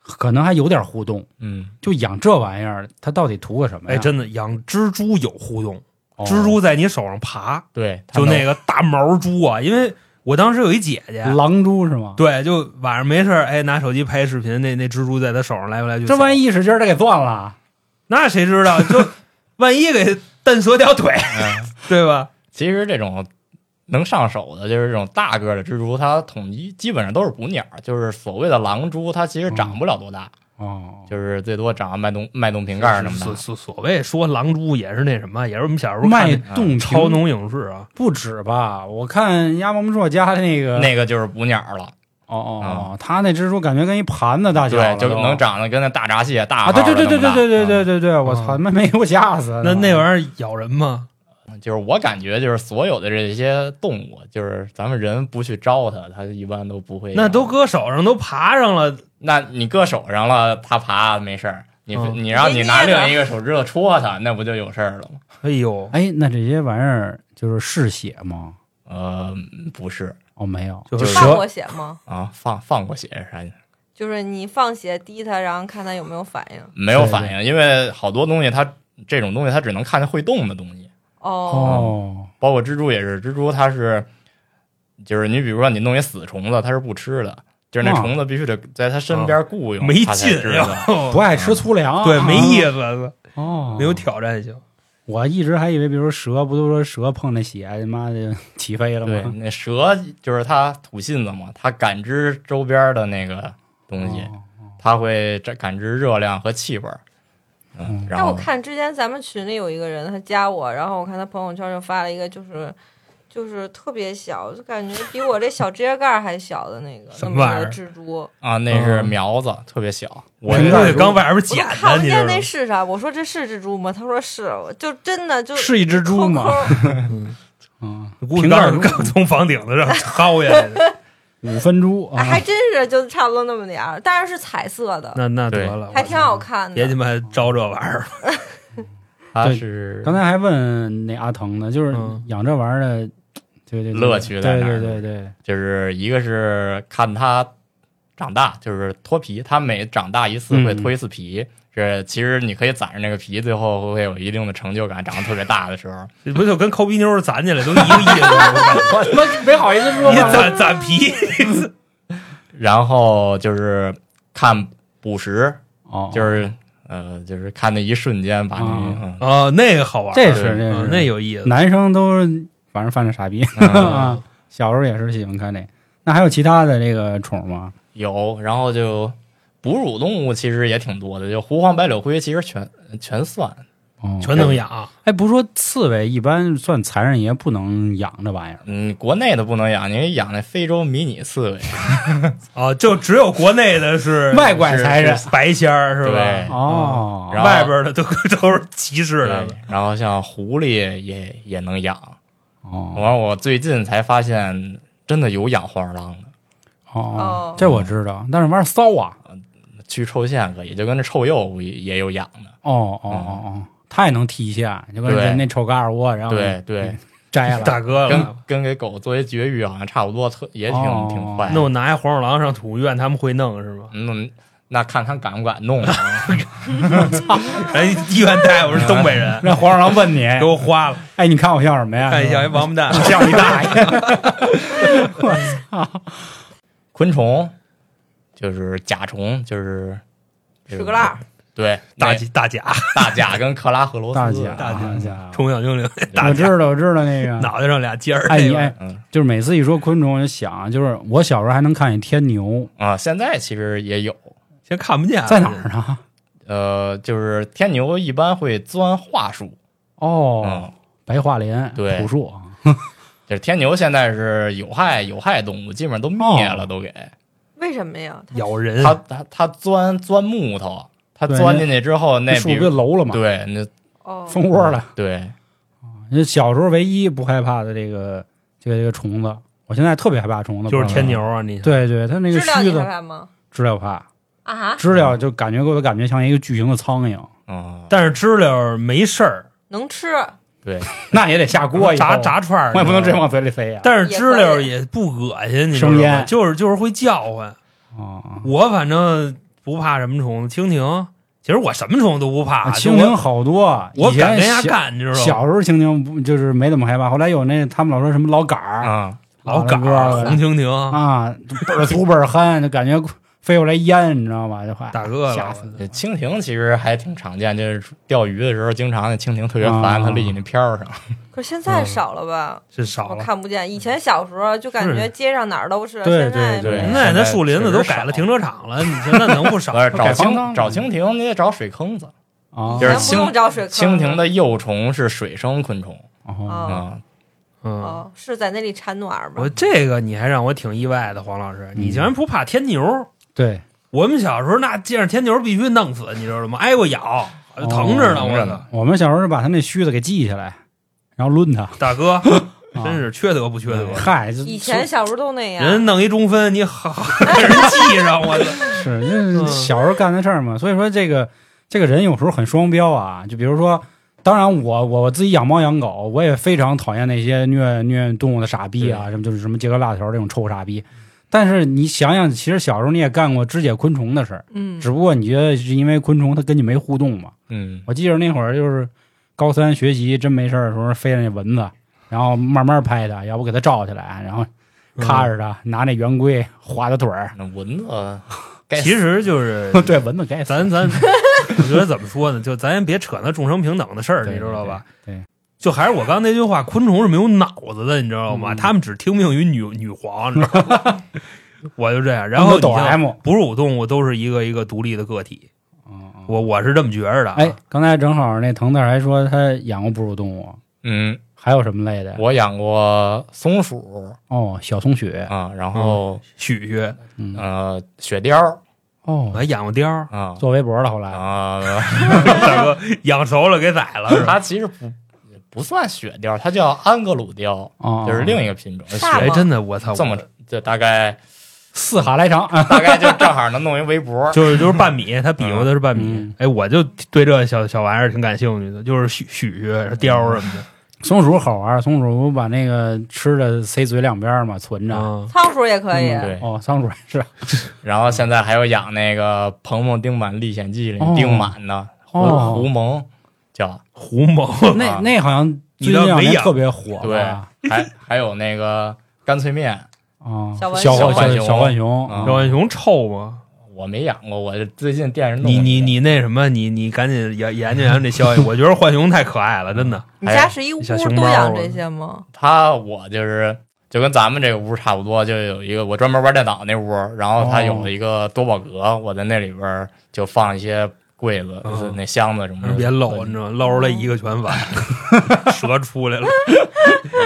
[SPEAKER 2] 可能还有点互动。
[SPEAKER 5] 嗯，
[SPEAKER 2] 就养这玩意儿，它到底图个什么
[SPEAKER 3] 哎，
[SPEAKER 2] 呀？
[SPEAKER 3] 真的养蜘蛛有互动，
[SPEAKER 2] 哦
[SPEAKER 3] 蜘蛛在你手上爬，
[SPEAKER 5] 对，它
[SPEAKER 3] 就
[SPEAKER 5] 能
[SPEAKER 3] 那个大毛蛛啊，因为我当时有一姐姐。
[SPEAKER 2] 狼蛛是吗？
[SPEAKER 3] 对，就晚上没事儿，哎，拿手机拍视频，那那蜘蛛在他手上来回来去。
[SPEAKER 2] 这万
[SPEAKER 3] 一，
[SPEAKER 2] 一一使劲儿它给攥了，
[SPEAKER 3] 那谁知道？就万一给蹬折条腿，
[SPEAKER 5] 嗯
[SPEAKER 3] 对吧？
[SPEAKER 5] 其实这种能上手的，就是这种大个儿的蜘蛛，它统一基本上都是捕鸟，就是所谓的狼蛛，它其实长不了多大，
[SPEAKER 2] 哦，
[SPEAKER 5] 就是最多长脉动脉动瓶盖那么
[SPEAKER 3] 所
[SPEAKER 5] 大。
[SPEAKER 3] 所所谓说狼蛛也是那什么，也是我们小时候看
[SPEAKER 2] 脉
[SPEAKER 3] 的
[SPEAKER 2] 动
[SPEAKER 3] 超
[SPEAKER 2] 平
[SPEAKER 3] 能影视啊。
[SPEAKER 2] 不止吧？我看亚毛木硕家那个，
[SPEAKER 5] 那个就是捕鸟了，
[SPEAKER 2] 哦哦哦，他那蜘蛛感觉跟一盘子大小了
[SPEAKER 5] 对，
[SPEAKER 2] 都，
[SPEAKER 5] 就能长得跟那大闸蟹大
[SPEAKER 2] 啊！对对对对
[SPEAKER 5] 号儿
[SPEAKER 2] 对
[SPEAKER 5] 的那么
[SPEAKER 2] 对对对对对，我操，
[SPEAKER 3] 啊
[SPEAKER 2] 那没给我吓死！
[SPEAKER 3] 那那
[SPEAKER 2] 意
[SPEAKER 3] 玩意儿咬人吗？
[SPEAKER 5] 大，嗯就是我感觉就是所有的这些动物，就是咱们人不去招它，它一般都不会。
[SPEAKER 3] 那都，搁手上，都爬上了，
[SPEAKER 5] 那你搁手上了，它爬没事儿。你
[SPEAKER 2] 哦
[SPEAKER 3] 嗯
[SPEAKER 5] 你让你拿
[SPEAKER 4] 别捏着
[SPEAKER 5] 另一个手指头戳它，那不就有事儿了吗？
[SPEAKER 3] 哎呦，
[SPEAKER 2] 哎，那这些玩意儿就是嗜血吗？
[SPEAKER 5] 呃，不是
[SPEAKER 2] 哦，没有，
[SPEAKER 3] 就是
[SPEAKER 4] 放
[SPEAKER 3] 蛇
[SPEAKER 4] 过血吗？
[SPEAKER 5] 啊，放放过血是啥意思？
[SPEAKER 4] 就是你放血滴他，然后看他有没有反应。
[SPEAKER 5] 没有反应，因为好多东西它这种东西它只能看见会动的东西，
[SPEAKER 4] 哦，
[SPEAKER 2] 哦
[SPEAKER 5] 包括蜘蛛也是，蜘蛛它是就是你比如说你弄一死虫子，它是不吃的，就是那
[SPEAKER 2] 啊
[SPEAKER 5] 虫子必须得在它身边雇佣，
[SPEAKER 3] 没
[SPEAKER 5] 它才
[SPEAKER 3] 劲
[SPEAKER 5] 知
[SPEAKER 3] 呀
[SPEAKER 5] 道。
[SPEAKER 2] 哦不啊爱吃粗粮，
[SPEAKER 3] 哦对，没意
[SPEAKER 2] 思
[SPEAKER 3] 思，
[SPEAKER 2] 哦，
[SPEAKER 3] 没有挑战性。
[SPEAKER 2] 我一直还以为，比如说蛇，不都说蛇碰那血，他妈的起飞了
[SPEAKER 5] 对，
[SPEAKER 2] 吗？
[SPEAKER 5] 那蛇就是它吐信子嘛，它感知周边的那个东西，
[SPEAKER 2] 哦
[SPEAKER 5] 它会这感知热量和气味儿。嗯
[SPEAKER 2] 嗯，
[SPEAKER 5] 然
[SPEAKER 4] 但我
[SPEAKER 5] 后
[SPEAKER 4] 看之前咱们群里有一个人，他加我，然后我看他朋友圈就发了一个，就是就是特别小，就感觉比我这小指甲盖儿还小的那个
[SPEAKER 3] 什
[SPEAKER 4] 那
[SPEAKER 3] 么
[SPEAKER 4] 么
[SPEAKER 3] 玩意
[SPEAKER 4] 一
[SPEAKER 3] 儿
[SPEAKER 4] 个蜘蛛，
[SPEAKER 5] 啊，那是
[SPEAKER 3] 嗯
[SPEAKER 5] 苗子，特别小。我
[SPEAKER 3] 我
[SPEAKER 2] 这
[SPEAKER 3] 这刚外边捡
[SPEAKER 4] 我
[SPEAKER 3] 的，
[SPEAKER 4] 看不
[SPEAKER 3] 你知道
[SPEAKER 4] 见
[SPEAKER 3] 吗
[SPEAKER 4] 那？是啥，我说这是蜘蛛吗？他说是，我就真的就。
[SPEAKER 2] 是一只
[SPEAKER 4] 抠
[SPEAKER 2] 猪吗？
[SPEAKER 4] 抠
[SPEAKER 2] 嗯，
[SPEAKER 3] 估计
[SPEAKER 2] 瓶盖
[SPEAKER 3] 当
[SPEAKER 2] 儿
[SPEAKER 3] 时刚从房顶子上薅下来的。
[SPEAKER 2] 五分猪啊
[SPEAKER 4] 哎，还真是就差不多那么点儿，但是是彩色的，
[SPEAKER 3] 那那
[SPEAKER 5] 对
[SPEAKER 3] 得了，
[SPEAKER 4] 还挺好看
[SPEAKER 3] 别
[SPEAKER 4] 的
[SPEAKER 3] 他。
[SPEAKER 2] 啊
[SPEAKER 3] 妈招这玩意儿了。
[SPEAKER 5] 它
[SPEAKER 2] 对
[SPEAKER 5] 是
[SPEAKER 2] 刚才还问那阿腾呢，就是
[SPEAKER 3] 嗯
[SPEAKER 2] 养这玩意儿的，对对对
[SPEAKER 5] 乐趣在
[SPEAKER 2] 对
[SPEAKER 5] 哪儿
[SPEAKER 2] 对对对，
[SPEAKER 5] 就是一个是看它长大，就是脱皮，它每长大一次会
[SPEAKER 3] 嗯
[SPEAKER 5] 脱一次皮。是，其实你可以攒着那个皮，最后会有一定的成就感。长得特别大的时候，
[SPEAKER 3] 这 不就跟抠鼻妞儿攒起来都一个意 思
[SPEAKER 2] 我他妈没好意思
[SPEAKER 3] 吗？
[SPEAKER 2] 说
[SPEAKER 3] 你
[SPEAKER 2] 话。
[SPEAKER 3] 攒攒 皮，
[SPEAKER 5] 然后就是看捕食，
[SPEAKER 2] 哦，
[SPEAKER 5] 就是是呃，就是看那一瞬间把你，嗯
[SPEAKER 3] 哦，那个好玩儿，
[SPEAKER 2] 这是
[SPEAKER 5] 对
[SPEAKER 2] 这
[SPEAKER 3] 嗯
[SPEAKER 2] 是
[SPEAKER 3] 那有意思。
[SPEAKER 2] 男生都是反正犯着傻逼
[SPEAKER 5] 嗯
[SPEAKER 2] 啊， 小时候也是喜欢看这。那还有其他的这个宠吗？
[SPEAKER 5] 有，然后就哺乳动物其实也挺多的，就狐黄白柳灰其实全全算，
[SPEAKER 2] 哦，
[SPEAKER 3] 全能养，
[SPEAKER 2] 哎，不是说刺猬一般算残忍也不能养这玩意儿。
[SPEAKER 5] 嗯，国内的不能养，你养那非洲迷你刺猬，
[SPEAKER 3] 啊，就只有国内的是
[SPEAKER 2] 外怪才忍
[SPEAKER 3] 是白仙儿是
[SPEAKER 5] 对
[SPEAKER 3] 吧？
[SPEAKER 2] 哦，
[SPEAKER 5] 然后
[SPEAKER 3] 外边的都 都是歧视的
[SPEAKER 5] 对，然后像狐狸也也能养，
[SPEAKER 2] 哦
[SPEAKER 5] 完，我最近才发现，真的有养黄鼠狼的，
[SPEAKER 2] 哦
[SPEAKER 4] 哦，
[SPEAKER 2] 这我知道，但是玩意儿骚啊！
[SPEAKER 5] 去臭县可以，就跟那臭鼬也也有养的。
[SPEAKER 2] 哦哦哦哦，他也能踢一下，就跟
[SPEAKER 5] 对
[SPEAKER 2] 人那臭嘎尔窝，然后
[SPEAKER 5] 对
[SPEAKER 3] 嗯
[SPEAKER 5] 对，
[SPEAKER 2] 摘了。
[SPEAKER 3] 大哥
[SPEAKER 5] 跟
[SPEAKER 3] 了。
[SPEAKER 5] 跟给狗作为绝育好像差不多，特也挺
[SPEAKER 2] 哦
[SPEAKER 5] 挺坏的。
[SPEAKER 3] 那我拿一黄鼠狼上宠物医院，他们会弄是 吗？
[SPEAKER 5] 嗯，那看看敢不敢弄啊。
[SPEAKER 3] 人哎医院大夫是东北人，
[SPEAKER 2] 那黄鼠狼问你
[SPEAKER 3] 给我花了，
[SPEAKER 2] 哎，你看我像什么呀？
[SPEAKER 3] 看像一王八蛋。
[SPEAKER 2] 像你大爷。
[SPEAKER 5] 昆虫就是甲虫，就是
[SPEAKER 4] 屎壳郎，
[SPEAKER 5] 对，
[SPEAKER 3] 大
[SPEAKER 5] 那
[SPEAKER 3] 甲大甲
[SPEAKER 5] 大甲跟克拉赫罗斯，啊
[SPEAKER 2] 大姐，
[SPEAKER 3] 大
[SPEAKER 2] 姐，家伙
[SPEAKER 3] 虫小精灵，大
[SPEAKER 2] 我
[SPEAKER 3] 甲
[SPEAKER 2] 知道，我知道那个。
[SPEAKER 3] 脑袋上俩尖儿
[SPEAKER 2] 嗯哎，
[SPEAKER 3] 那
[SPEAKER 2] 你
[SPEAKER 3] 个，
[SPEAKER 2] 哎，
[SPEAKER 5] 嗯
[SPEAKER 2] 就是每次一说昆虫，我就想，就是我小时候还能看见天牛，
[SPEAKER 5] 啊，现在其实也有，
[SPEAKER 3] 现在看不见了
[SPEAKER 2] 在哪儿呢？
[SPEAKER 5] 呃，就是天牛一般会钻桦树，
[SPEAKER 2] 哦
[SPEAKER 5] 嗯，，
[SPEAKER 2] 白桦林、
[SPEAKER 5] 对
[SPEAKER 2] 朴树，
[SPEAKER 5] 就是天牛现在是有害有害动物，基本上都灭了，都给
[SPEAKER 4] 为什么呀？它
[SPEAKER 3] 咬人
[SPEAKER 5] 它它它钻钻木头，它
[SPEAKER 2] 对
[SPEAKER 5] 钻进去之后，那
[SPEAKER 2] 树
[SPEAKER 5] 比
[SPEAKER 2] 不就
[SPEAKER 5] 如
[SPEAKER 2] 楼了吗？
[SPEAKER 5] 对那
[SPEAKER 4] 哦，
[SPEAKER 2] 蜂窝了。
[SPEAKER 5] 对
[SPEAKER 2] 那小时候唯一不害怕的这个这个这个虫子，我现在特别害怕虫子，
[SPEAKER 3] 就是天
[SPEAKER 2] 不
[SPEAKER 3] 牛啊！你
[SPEAKER 2] 知道为什么。对对，它那个
[SPEAKER 4] 知了
[SPEAKER 2] 须
[SPEAKER 4] 你害
[SPEAKER 2] 子，
[SPEAKER 4] 怕吗？
[SPEAKER 2] 知了怕，
[SPEAKER 4] 啊哈，
[SPEAKER 2] 知了就感觉给我的感觉像一个巨型的苍蝇，
[SPEAKER 5] 啊，
[SPEAKER 3] 但是知了没事儿，
[SPEAKER 4] 能吃，
[SPEAKER 5] 对
[SPEAKER 2] 那也得下锅以后
[SPEAKER 3] 炸，炸串儿，
[SPEAKER 2] 我也不能真往嘴里塞呀。
[SPEAKER 3] 但是知了也不恶心，你知道
[SPEAKER 2] 生
[SPEAKER 3] 吗？
[SPEAKER 2] 腌
[SPEAKER 3] 就是就是会叫唤。
[SPEAKER 2] 哦，
[SPEAKER 3] 我反正不怕什么虫子，蜻蜓。其实我什么虫子都不怕，
[SPEAKER 2] 啊蜻
[SPEAKER 3] 就
[SPEAKER 2] 蜓好多，
[SPEAKER 3] 我我
[SPEAKER 2] 以
[SPEAKER 3] 敢
[SPEAKER 2] 前
[SPEAKER 3] 跟人家
[SPEAKER 2] 小
[SPEAKER 3] 干，你知道吗？
[SPEAKER 2] 小时候蜻蜓不就是没怎么害怕，后来有那他们老说什么老杆儿
[SPEAKER 5] 啊，
[SPEAKER 3] 老杆
[SPEAKER 2] 老
[SPEAKER 3] 儿
[SPEAKER 2] 杆儿
[SPEAKER 3] 红蜻蜓，
[SPEAKER 2] 啊，就倍儿粗倍儿憨，就感觉飞过来烟，你知道吗？就快
[SPEAKER 3] 大哥
[SPEAKER 2] 吓
[SPEAKER 3] 了
[SPEAKER 2] 死。
[SPEAKER 5] 这嗯蜻蜓其实还挺常见，就是钓鱼的时候，经常那蜻蜓特别
[SPEAKER 2] 啊
[SPEAKER 5] 烦，它立你那漂上，
[SPEAKER 4] 可是现在少了吧？
[SPEAKER 3] 是少
[SPEAKER 4] 我
[SPEAKER 3] 了。
[SPEAKER 4] 看不见。以前小时候就感觉
[SPEAKER 3] 是
[SPEAKER 4] 街上哪儿都是，
[SPEAKER 2] 对
[SPEAKER 4] 现在
[SPEAKER 2] 对
[SPEAKER 5] 对
[SPEAKER 3] 现在那树林子都改
[SPEAKER 5] 确实少
[SPEAKER 3] 了停车场了，你说那能 不少
[SPEAKER 5] 不？是
[SPEAKER 2] 改
[SPEAKER 5] 呃找
[SPEAKER 2] 方向
[SPEAKER 5] 蜻
[SPEAKER 2] 了
[SPEAKER 5] 找蜻蜓，你得找水坑子。
[SPEAKER 2] 啊，
[SPEAKER 5] 就是
[SPEAKER 4] 以前不用
[SPEAKER 5] 蜻
[SPEAKER 4] 找水坑
[SPEAKER 5] 蜻蜓的幼虫是水生昆虫
[SPEAKER 2] 哦，
[SPEAKER 4] 哦
[SPEAKER 5] 啊，
[SPEAKER 3] 嗯，
[SPEAKER 4] 哦，是在那里产卵吗
[SPEAKER 3] 我？这个你还让我挺意外的，黄老师，
[SPEAKER 2] 嗯
[SPEAKER 3] 你竟然不怕天牛？
[SPEAKER 2] 对，
[SPEAKER 3] 我们小时候那见着天牛必须弄死，你知道吗？挨过咬，
[SPEAKER 2] 哦
[SPEAKER 3] 疼着呢，
[SPEAKER 5] 疼
[SPEAKER 3] 我
[SPEAKER 5] 着
[SPEAKER 3] 操
[SPEAKER 5] 呢
[SPEAKER 2] 我们小时候是把他那须子给系起来，然后抡他，
[SPEAKER 3] 大哥，
[SPEAKER 2] 啊
[SPEAKER 3] 真是缺德不缺德？
[SPEAKER 2] 嗨，就
[SPEAKER 4] 以前小时候都那样。
[SPEAKER 3] 人弄一中分，你好给人系上，我操！
[SPEAKER 2] 是那
[SPEAKER 3] 嗯
[SPEAKER 2] 小时候干的事儿嘛，所以说这个这个人有时候很双标啊，就比如说。当然我，我我自己养猫养狗，我也非常讨厌那些虐虐动物的傻逼啊，什么就是什么杰克辣条这种臭傻逼。但是你想想，其实小时候你也干过肢解昆虫的事儿，
[SPEAKER 4] 嗯，
[SPEAKER 2] 只不过你觉得是因为昆虫它跟你没互动嘛。
[SPEAKER 5] 嗯，
[SPEAKER 2] 我记着那会儿就是高三学习真没事儿的时候，飞着那蚊子，然后慢慢拍它，要不给它罩起来，然后
[SPEAKER 3] 嗯
[SPEAKER 2] 咔着它，拿那圆规划它腿儿。
[SPEAKER 5] 那蚊子该
[SPEAKER 3] 其实就是
[SPEAKER 2] 对，蚊子该死。
[SPEAKER 3] 咱咱，我觉得怎么说呢？就咱也别扯那众生平等的事儿，
[SPEAKER 2] 对
[SPEAKER 3] 你知道吧？
[SPEAKER 2] 对对
[SPEAKER 3] 就还是我刚才那句话，昆虫是没有脑子的，你知道吗？
[SPEAKER 2] 嗯
[SPEAKER 3] 他们只听命于女女皇，你知道吗？ 我就这样，然
[SPEAKER 2] 他
[SPEAKER 3] 后
[SPEAKER 2] 们
[SPEAKER 3] 你
[SPEAKER 2] 都抖
[SPEAKER 3] 像
[SPEAKER 2] M。
[SPEAKER 3] 哺乳动物都是一个一个独立的个体，
[SPEAKER 2] 嗯嗯
[SPEAKER 3] 我我是这么觉着的。啊
[SPEAKER 2] 哎，，刚才正好那腾子还说他养过哺乳动物，
[SPEAKER 5] 嗯，
[SPEAKER 2] 还有什么类的呀？
[SPEAKER 5] 我养过松鼠
[SPEAKER 2] 哦，小松雪，
[SPEAKER 5] 啊，然后
[SPEAKER 3] 许许，
[SPEAKER 2] 嗯，
[SPEAKER 5] 呃雪貂
[SPEAKER 3] 我
[SPEAKER 2] 哦，
[SPEAKER 3] 还养过貂儿，
[SPEAKER 5] 啊
[SPEAKER 2] 做微博了，后来
[SPEAKER 5] 啊，
[SPEAKER 3] 大哥养熟了给宰了是吧？
[SPEAKER 5] 它其实不不算雪貂，它叫安格鲁貂，
[SPEAKER 2] 哦，
[SPEAKER 5] 就是另一个品种。
[SPEAKER 4] 大
[SPEAKER 5] 雪
[SPEAKER 3] 哎，
[SPEAKER 4] 吗
[SPEAKER 3] 真的，我操，
[SPEAKER 5] 这么
[SPEAKER 3] 我。
[SPEAKER 5] 就大概
[SPEAKER 2] 四哈来长，啊
[SPEAKER 5] 大概就正好能弄一围脖
[SPEAKER 3] 就是就是半米，他比划的是半米
[SPEAKER 2] 嗯。
[SPEAKER 3] 哎，我就对这小小玩意儿挺感兴趣的，就是许许许
[SPEAKER 4] 嗯
[SPEAKER 3] 貂儿什么
[SPEAKER 2] 松鼠好玩，松鼠不把那个吃的塞嘴两边嘛，存
[SPEAKER 4] 嗯
[SPEAKER 3] 的
[SPEAKER 2] 着。
[SPEAKER 3] 啊。
[SPEAKER 4] 仓鼠也可以，
[SPEAKER 2] 嗯
[SPEAKER 5] 对
[SPEAKER 2] 哦，仓鼠是
[SPEAKER 5] 然后现在还有养那个《鹏鹏丁满历险记》里
[SPEAKER 2] 哦
[SPEAKER 5] 丁满呢，狐
[SPEAKER 2] 哦
[SPEAKER 5] 狐獴叫，
[SPEAKER 3] 狐獴，
[SPEAKER 4] 嗯
[SPEAKER 2] 那
[SPEAKER 5] 啊
[SPEAKER 2] 那好像最近
[SPEAKER 3] 你倒
[SPEAKER 2] 两
[SPEAKER 3] 没
[SPEAKER 2] 年
[SPEAKER 3] 养
[SPEAKER 2] 特别火
[SPEAKER 5] 对
[SPEAKER 2] 吧，
[SPEAKER 5] 还还有那个干脆面，
[SPEAKER 2] 啊，
[SPEAKER 4] 小浣
[SPEAKER 2] 小
[SPEAKER 5] 熊
[SPEAKER 2] 浣
[SPEAKER 5] 小浣熊
[SPEAKER 2] 小浣熊
[SPEAKER 5] 啊
[SPEAKER 3] 小浣熊臭吗？
[SPEAKER 5] 我没养过，我最近电视弄
[SPEAKER 3] 你
[SPEAKER 5] 了
[SPEAKER 3] 你
[SPEAKER 5] 一个
[SPEAKER 3] 你那什么？你你赶紧研研究研究这 消息。我觉得浣熊太可爱了，真的。
[SPEAKER 4] 你
[SPEAKER 5] 哎呀
[SPEAKER 4] 家是一屋
[SPEAKER 3] 小熊
[SPEAKER 4] 都
[SPEAKER 3] 猫
[SPEAKER 4] 养
[SPEAKER 3] 啊
[SPEAKER 4] 这些吗？
[SPEAKER 5] 他我就是就跟咱们这个屋差不多，就有一个我专门玩电脑那屋，然后他
[SPEAKER 2] 哦
[SPEAKER 5] 有一个多宝格，我在那里边就放一些柜子、
[SPEAKER 2] 嗯
[SPEAKER 3] 哦
[SPEAKER 5] 就是那箱子什
[SPEAKER 4] 嗯
[SPEAKER 5] 么的，
[SPEAKER 3] 别搂，你知道吗？搂出来一个拳 法，蛇出
[SPEAKER 4] 哦
[SPEAKER 3] 来了。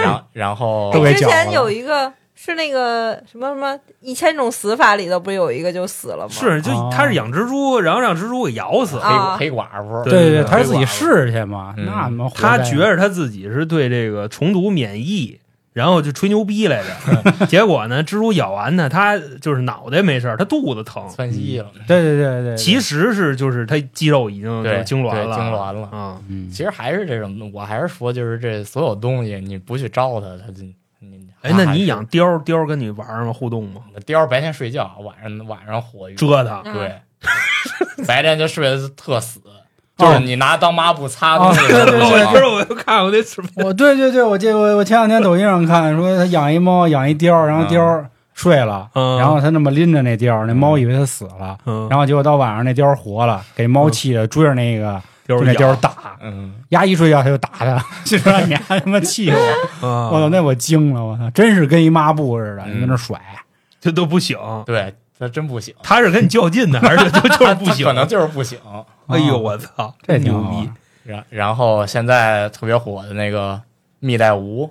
[SPEAKER 5] 然后然后
[SPEAKER 2] 都给
[SPEAKER 4] 之
[SPEAKER 2] 搅
[SPEAKER 4] 前
[SPEAKER 2] 了
[SPEAKER 4] 有一个是那个什么什么一千种死法里头不是有一个就死了吗？
[SPEAKER 3] 是，就
[SPEAKER 2] 哦
[SPEAKER 3] 他是养蜘蛛，然后让蜘蛛给咬死。
[SPEAKER 5] 黑、
[SPEAKER 4] 啊
[SPEAKER 5] 黑寡妇，
[SPEAKER 3] 对
[SPEAKER 2] 对
[SPEAKER 3] 对
[SPEAKER 2] 对，他是自
[SPEAKER 5] 黑寡
[SPEAKER 2] 己
[SPEAKER 5] 妇
[SPEAKER 2] 试去嘛，
[SPEAKER 5] 嗯
[SPEAKER 2] 那他妈活
[SPEAKER 3] 他
[SPEAKER 2] 该
[SPEAKER 3] 觉着他自己是对这个虫毒免疫，然后就吹牛逼来
[SPEAKER 2] 嗯
[SPEAKER 3] 着。结果呢，蜘蛛咬完呢，他就是脑袋没事儿，他肚子疼。
[SPEAKER 5] 窜稀了，
[SPEAKER 2] 对对对对对，
[SPEAKER 3] 其实是就是他肌肉已经就
[SPEAKER 5] 对，
[SPEAKER 3] 痉挛
[SPEAKER 5] 对
[SPEAKER 3] 了，
[SPEAKER 5] 痉挛了。
[SPEAKER 3] 啊。
[SPEAKER 2] 嗯
[SPEAKER 5] 其实还是这种，我还是说，就是这所有东西，你不去招它，它就你。
[SPEAKER 3] 哎，那你养貂儿，貂儿跟你玩儿吗？互动吗？
[SPEAKER 5] 貂儿白天睡觉，晚上晚上活
[SPEAKER 2] 嗯
[SPEAKER 5] 跃，
[SPEAKER 3] 折腾。
[SPEAKER 4] 啊
[SPEAKER 5] 对， 白天就睡得特死，就是你拿当抹布擦东西
[SPEAKER 2] 哦
[SPEAKER 5] 的时候，
[SPEAKER 2] 对对对
[SPEAKER 3] 我知道，我就看过那视频，
[SPEAKER 2] 嗯我对对对，我记我我前两天抖音上看说他养一猫养一貂儿，然后貂儿睡了，
[SPEAKER 3] 嗯
[SPEAKER 2] 然后他那么拎着那貂儿，那猫以为它死了，
[SPEAKER 3] 嗯，
[SPEAKER 2] 然后结果到晚上那貂儿活了，给猫气的追着那个
[SPEAKER 3] 就
[SPEAKER 2] 就是那嗯貂
[SPEAKER 3] 咬
[SPEAKER 2] 儿打，
[SPEAKER 5] 嗯，
[SPEAKER 2] 丫一睡觉他就打他， 就说你丫他妈气我，我操，
[SPEAKER 3] 啊，
[SPEAKER 2] 那我惊了，我操，真是跟一抹布似的，
[SPEAKER 5] 嗯
[SPEAKER 2] 你跟那甩，
[SPEAKER 3] 这都不醒。
[SPEAKER 5] 对他真不醒，
[SPEAKER 3] 他是跟你较劲呢，还是就 就是不
[SPEAKER 5] 他
[SPEAKER 3] 醒？
[SPEAKER 5] 可能就是 不醒。
[SPEAKER 3] 哎呦，我操，
[SPEAKER 2] 嗯这挺
[SPEAKER 3] 牛
[SPEAKER 2] 好啊
[SPEAKER 3] 逼
[SPEAKER 2] 玩！
[SPEAKER 5] 然然后现在特别火的那个蜜袋鼯，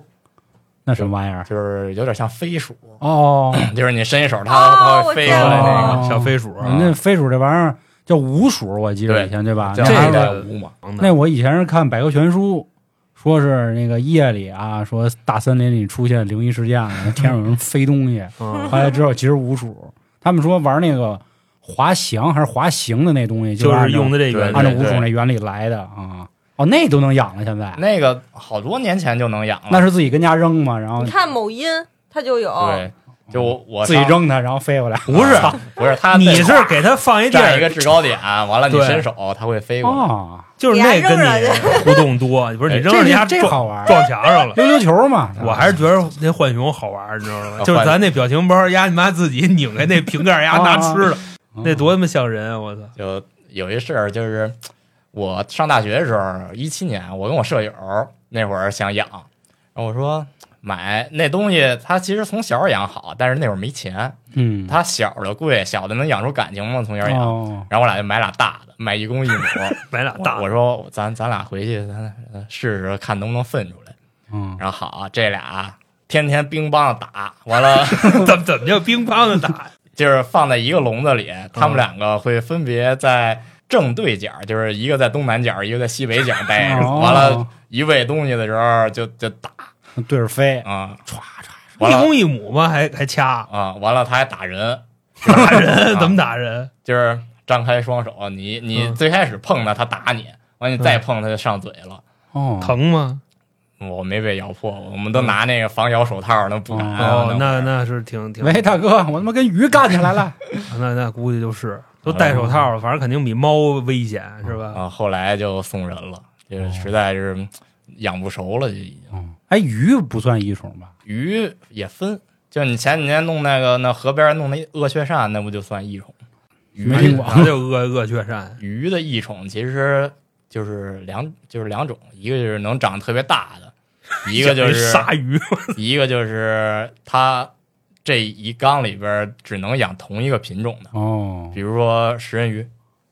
[SPEAKER 2] 那什么玩意儿？
[SPEAKER 5] 就是有点像飞鼠，
[SPEAKER 2] 哦，
[SPEAKER 5] 就是你伸一手，它
[SPEAKER 4] 哦
[SPEAKER 5] 它
[SPEAKER 4] 我
[SPEAKER 5] 会飞
[SPEAKER 4] 见
[SPEAKER 5] 过来
[SPEAKER 2] 过
[SPEAKER 5] 那
[SPEAKER 2] 哦
[SPEAKER 5] 个，
[SPEAKER 3] 啊小飞鼠，
[SPEAKER 2] 那飞鼠这玩意儿叫鼯鼠，我记得
[SPEAKER 5] 对
[SPEAKER 2] 以前对吧？
[SPEAKER 5] 叫
[SPEAKER 2] 那
[SPEAKER 5] 蜜
[SPEAKER 2] 还
[SPEAKER 5] 袋
[SPEAKER 2] 有
[SPEAKER 5] 鼯嘛。
[SPEAKER 3] 嗯
[SPEAKER 2] 那我以前是看百科全书，说是那个夜里啊，说大森林里出现灵异事件了，天上有人飞东西，
[SPEAKER 3] 嗯
[SPEAKER 2] 后来知道其实鼯鼠，他们说玩那个滑翔还是滑行的那东西，
[SPEAKER 3] 就是
[SPEAKER 2] 按照
[SPEAKER 3] 用的这个
[SPEAKER 5] 对
[SPEAKER 2] 按照
[SPEAKER 5] 对
[SPEAKER 2] 鼯鼠那原理来的啊。哦，那都能养了，现在
[SPEAKER 5] 那个好多年前就能养了，
[SPEAKER 2] 那是自己跟家扔嘛，然后
[SPEAKER 4] 你看某音，它就有，
[SPEAKER 5] 对，就我我
[SPEAKER 2] 自己
[SPEAKER 5] 上
[SPEAKER 2] 扔它，然后飞过来。
[SPEAKER 3] 不是，
[SPEAKER 5] 不是它
[SPEAKER 3] 你
[SPEAKER 5] 那块
[SPEAKER 3] 是给它放一地
[SPEAKER 5] 站一
[SPEAKER 3] 儿
[SPEAKER 5] 个，制高点，完了你
[SPEAKER 3] 对
[SPEAKER 5] 伸手，它会飞过来。
[SPEAKER 2] 哦，
[SPEAKER 3] 就是那跟
[SPEAKER 4] 你还扔
[SPEAKER 3] 你互动多，不是你
[SPEAKER 5] 哎
[SPEAKER 3] 扔人家
[SPEAKER 2] 这这
[SPEAKER 3] 撞
[SPEAKER 2] 好玩
[SPEAKER 3] 撞 墙上了。
[SPEAKER 2] 溜溜球嘛，
[SPEAKER 3] 我还是觉得那浣熊好玩，你知道吗？
[SPEAKER 5] 啊
[SPEAKER 3] 就是咱那表情包，丫你妈自己拧开那瓶盖，
[SPEAKER 2] 哦
[SPEAKER 3] 丫拿吃的，
[SPEAKER 2] 嗯
[SPEAKER 3] 那多他妈像人啊！我操，
[SPEAKER 5] 就有一事儿，就是我上大学的时候，一七年，我跟我舍友那会儿想养，然后我说买那东西，它其实从小养好，但是那会儿没钱，
[SPEAKER 2] 嗯，
[SPEAKER 5] 它小的贵，小的能养出感情吗？从小养，
[SPEAKER 2] 哦，
[SPEAKER 5] 然后我俩就买俩大的，买一公一母。
[SPEAKER 3] 买俩大
[SPEAKER 5] 我说咱咱俩回去，咱呃试试看能不能分出来。
[SPEAKER 2] 嗯，
[SPEAKER 5] 然后好，这俩天天乒乓打，完了
[SPEAKER 3] 怎么怎么叫乒乓的打？
[SPEAKER 5] 就是放在一个笼子里，他们两个会分别在正对角，就是一个在东南角，一个在西北角待着。
[SPEAKER 2] 哦
[SPEAKER 5] 完了，一喂东西的时候就就打
[SPEAKER 2] 对着飞，
[SPEAKER 5] 啊，
[SPEAKER 2] 歘歘，
[SPEAKER 5] 完
[SPEAKER 3] 一
[SPEAKER 5] 了
[SPEAKER 3] 公一母吗？还还掐
[SPEAKER 5] 啊，完了他还打人，
[SPEAKER 3] 打
[SPEAKER 5] 啊
[SPEAKER 3] 人？怎么打人？
[SPEAKER 5] 就是张开双手，你你
[SPEAKER 3] 嗯
[SPEAKER 5] 最开始碰他，他打你，完了你再碰他就上嘴了。
[SPEAKER 2] 哦，
[SPEAKER 3] 疼吗？嗯
[SPEAKER 5] 我没被咬破，我们都拿那个防咬手套，那不敢。
[SPEAKER 3] 哦，
[SPEAKER 5] 啊那
[SPEAKER 3] 那那是挺挺，
[SPEAKER 2] 喂，大哥，我他妈跟鱼干起来 了。
[SPEAKER 3] 那那估计就是都戴手套了，反正肯定比猫危险，是吧？
[SPEAKER 5] 啊，后来就送人了，就是
[SPEAKER 3] 哦
[SPEAKER 5] 实在是嗯养不熟了，就已经。
[SPEAKER 2] 嗯，哎，鱼不算异虫吧？
[SPEAKER 5] 鱼也分，就你前几天弄那个那河边弄那恶雀鳝，那不就算异虫？
[SPEAKER 2] 没听过。
[SPEAKER 3] 那就恶恶雀鳝，
[SPEAKER 5] 鱼的异宠其实就是两就是两种，一个就是能长特别大的，一个就是
[SPEAKER 3] 鲨鱼，
[SPEAKER 5] 一个就是它这一缸里边只能养同一个品种的，
[SPEAKER 2] 哦
[SPEAKER 5] 比，如说食人鱼，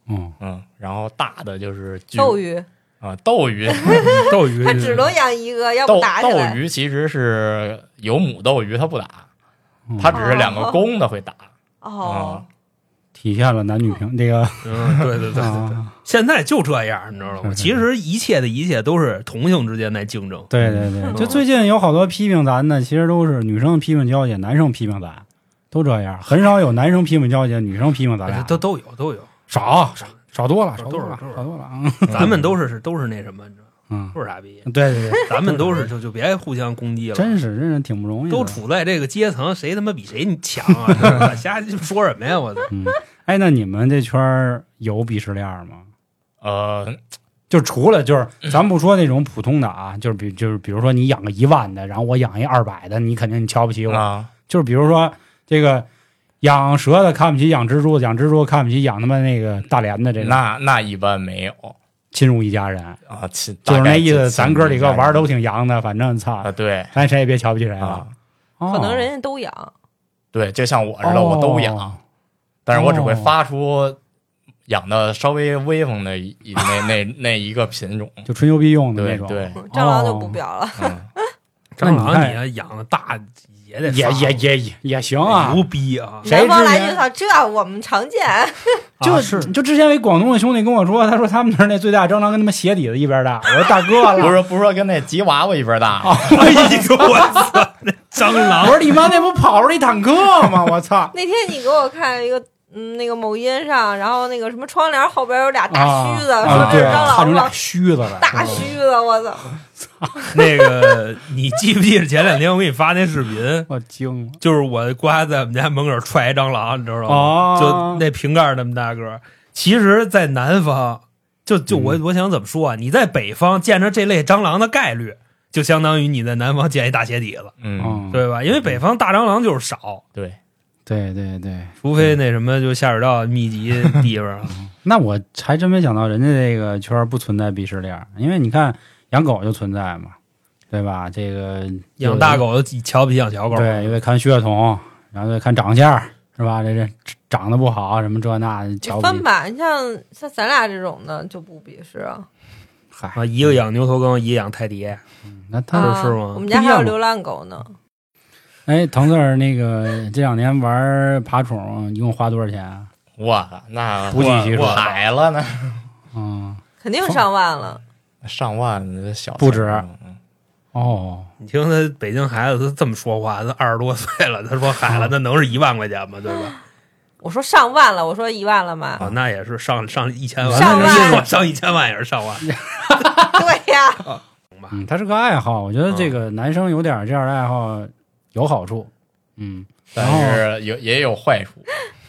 [SPEAKER 2] 嗯，
[SPEAKER 5] 嗯，然后大的就是巨
[SPEAKER 4] 斗鱼，
[SPEAKER 5] 啊斗 鱼，
[SPEAKER 3] 斗鱼
[SPEAKER 4] 它只能养一个，要不
[SPEAKER 5] 斗
[SPEAKER 4] 打起
[SPEAKER 5] 斗
[SPEAKER 4] 来。
[SPEAKER 5] 鱼其实是有母斗鱼，它不打，它只是两个公的会打。啊
[SPEAKER 4] 哦，
[SPEAKER 2] 体现了男女平这个
[SPEAKER 3] 嗯，对对对对对。
[SPEAKER 2] 啊，
[SPEAKER 3] 现在就这样，你知道
[SPEAKER 2] 是
[SPEAKER 3] 吗？
[SPEAKER 2] 是
[SPEAKER 3] 其实一切的一切都是同性之间在竞争。
[SPEAKER 2] 对对对，
[SPEAKER 3] 嗯
[SPEAKER 2] 就最近有好多批评咱的，其实都是女生批评娇姐，男生批评咱，都这样，很少有男生批评娇姐，女生批评咱俩，
[SPEAKER 3] 哎
[SPEAKER 2] 啊
[SPEAKER 3] 都都有都有，
[SPEAKER 2] 少少少多了，少
[SPEAKER 3] 都
[SPEAKER 2] 多
[SPEAKER 3] 是
[SPEAKER 2] 了，
[SPEAKER 3] 都是
[SPEAKER 2] 少多了啊，
[SPEAKER 3] 咱们都是都是那什么，你知道吗，
[SPEAKER 2] 嗯，
[SPEAKER 3] 都是傻逼，
[SPEAKER 2] 对对对，
[SPEAKER 3] 咱们都是就就别互相攻击了，
[SPEAKER 2] 真是真是挺不容易的，
[SPEAKER 3] 都处在这个阶层，谁他妈比谁强啊？是吧 瞎说什么呀？我操！
[SPEAKER 2] 嗯，哎，那你们这圈儿有鄙视链吗？
[SPEAKER 5] 呃，
[SPEAKER 2] 就除了
[SPEAKER 5] 嗯
[SPEAKER 2] 就是，咱不说那种普通的啊，就是比就是比如说你养个一万的，然后我养一二百的，你肯定你瞧不起我，
[SPEAKER 5] 啊，
[SPEAKER 2] 就是比如说这个养蛇的看不起养蜘蛛，养蜘蛛看不起养他妈那个大连的这个
[SPEAKER 5] 那那一般没有
[SPEAKER 2] 侵入一家人，
[SPEAKER 5] 啊，亲
[SPEAKER 2] 就是
[SPEAKER 5] 大
[SPEAKER 2] 那
[SPEAKER 5] 概
[SPEAKER 2] 意思，
[SPEAKER 5] 亲
[SPEAKER 2] 咱哥几个玩儿
[SPEAKER 5] 亲
[SPEAKER 2] 都挺洋的，反正操
[SPEAKER 5] 啊，，对
[SPEAKER 2] 咱谁也别瞧不起谁了
[SPEAKER 5] 啊。，
[SPEAKER 2] 哦
[SPEAKER 4] 可能人家都养，
[SPEAKER 5] 对，就像我似的，我都养，
[SPEAKER 2] 哦
[SPEAKER 5] 但是我只会
[SPEAKER 2] 哦
[SPEAKER 5] 发出养的稍微威风的一 一那那那一个品种，
[SPEAKER 2] 就吹牛逼用的那
[SPEAKER 5] 对
[SPEAKER 2] 种，
[SPEAKER 5] 对，
[SPEAKER 4] 蟑螂就不表了。
[SPEAKER 5] 嗯，
[SPEAKER 3] 蟑
[SPEAKER 2] 那你看
[SPEAKER 3] 螂你要养的大也得
[SPEAKER 2] 也
[SPEAKER 3] 杀
[SPEAKER 2] 也也也也行
[SPEAKER 5] 哎
[SPEAKER 2] 啊
[SPEAKER 3] 牛。逼啊！
[SPEAKER 2] 谁
[SPEAKER 4] 南方
[SPEAKER 2] 之
[SPEAKER 4] 来
[SPEAKER 2] 前
[SPEAKER 4] 就操，这我们常见。
[SPEAKER 2] 就、
[SPEAKER 3] 啊是
[SPEAKER 2] 就之前有一广东的兄弟跟我说，他说他们那儿那最大蟑螂跟他们鞋底子一边大。我说大哥了，
[SPEAKER 5] 不是不是说跟那吉娃娃一边大，
[SPEAKER 2] 哦
[SPEAKER 3] 哎呦我操！那蟑
[SPEAKER 2] 我
[SPEAKER 3] 螂
[SPEAKER 2] 说你妈那不跑出来一坦克吗？我操！
[SPEAKER 4] 那天你给我看一个，嗯，那个某音上，然后那个什么窗帘后边有俩大须子，
[SPEAKER 2] 啊
[SPEAKER 4] 说
[SPEAKER 2] 啊
[SPEAKER 4] 这是
[SPEAKER 2] 对，
[SPEAKER 4] 蟑
[SPEAKER 2] 看
[SPEAKER 4] 螂
[SPEAKER 2] 出俩
[SPEAKER 4] 吗？
[SPEAKER 2] 须子来，
[SPEAKER 4] 大须子，我操！
[SPEAKER 3] 那个，你记不记得前两天我给你发那视频？
[SPEAKER 2] 我惊了。
[SPEAKER 3] 就是我瓜在我们家门口踹一蟑螂，你知道吗？
[SPEAKER 2] 哦
[SPEAKER 3] 就那瓶盖那么大个儿。其实，在南方，就就
[SPEAKER 2] 嗯
[SPEAKER 3] 我、我想怎么说啊？你在北方见着这类蟑螂的概率，就相当于你在南方见一大鞋底子，
[SPEAKER 5] 嗯，
[SPEAKER 2] 嗯，
[SPEAKER 3] 对吧？因为北方大蟑螂就是少，
[SPEAKER 5] 对，
[SPEAKER 2] 对对对，
[SPEAKER 3] 除非那什么就下水道密集地 方，
[SPEAKER 2] 那我还真没想到人家这个圈儿不存在鄙视链儿，因为你看养狗就存在嘛，对吧？这个有
[SPEAKER 3] 养
[SPEAKER 2] 的
[SPEAKER 3] 大狗瞧不起养小狗，
[SPEAKER 2] 对，又得看血统，然后得看长相，是吧？这这长得不好，什么这那的
[SPEAKER 4] 就
[SPEAKER 2] 瞧不
[SPEAKER 4] 分
[SPEAKER 2] 起。
[SPEAKER 4] 吧，你像像咱俩这种的就不鄙视啊，
[SPEAKER 2] 嗨，
[SPEAKER 3] 啊，一个养牛头梗，一个养泰迪，
[SPEAKER 2] 那他、
[SPEAKER 4] 啊
[SPEAKER 3] 是吗
[SPEAKER 4] 我们家
[SPEAKER 2] 不一
[SPEAKER 4] 还
[SPEAKER 2] 样
[SPEAKER 4] 有
[SPEAKER 2] 嘛
[SPEAKER 4] 流浪狗呢，
[SPEAKER 2] 哎，腾子儿那个这两年玩爬宠，一共花多少钱啊？
[SPEAKER 5] 哇，那
[SPEAKER 2] 不计其数
[SPEAKER 5] 我海了呢，
[SPEAKER 2] 嗯，
[SPEAKER 4] 肯定上万了。
[SPEAKER 5] 上万小
[SPEAKER 2] 不止
[SPEAKER 5] 嗯
[SPEAKER 2] 哦，
[SPEAKER 3] 你听他北京孩子他这么说话，他二十多岁了，他说
[SPEAKER 2] 哦
[SPEAKER 3] 海了，那能是一万块钱吗？对吧？
[SPEAKER 4] 我说上万了，我说一万 了吗？
[SPEAKER 3] 啊，那也是上上一千万，
[SPEAKER 4] 上万
[SPEAKER 3] 我 上一千万也是上万。
[SPEAKER 4] 对呀，
[SPEAKER 2] 嗯，他是个爱好，我觉得这个男生有点这样的爱好有好处，嗯，
[SPEAKER 5] 但是有也有坏处，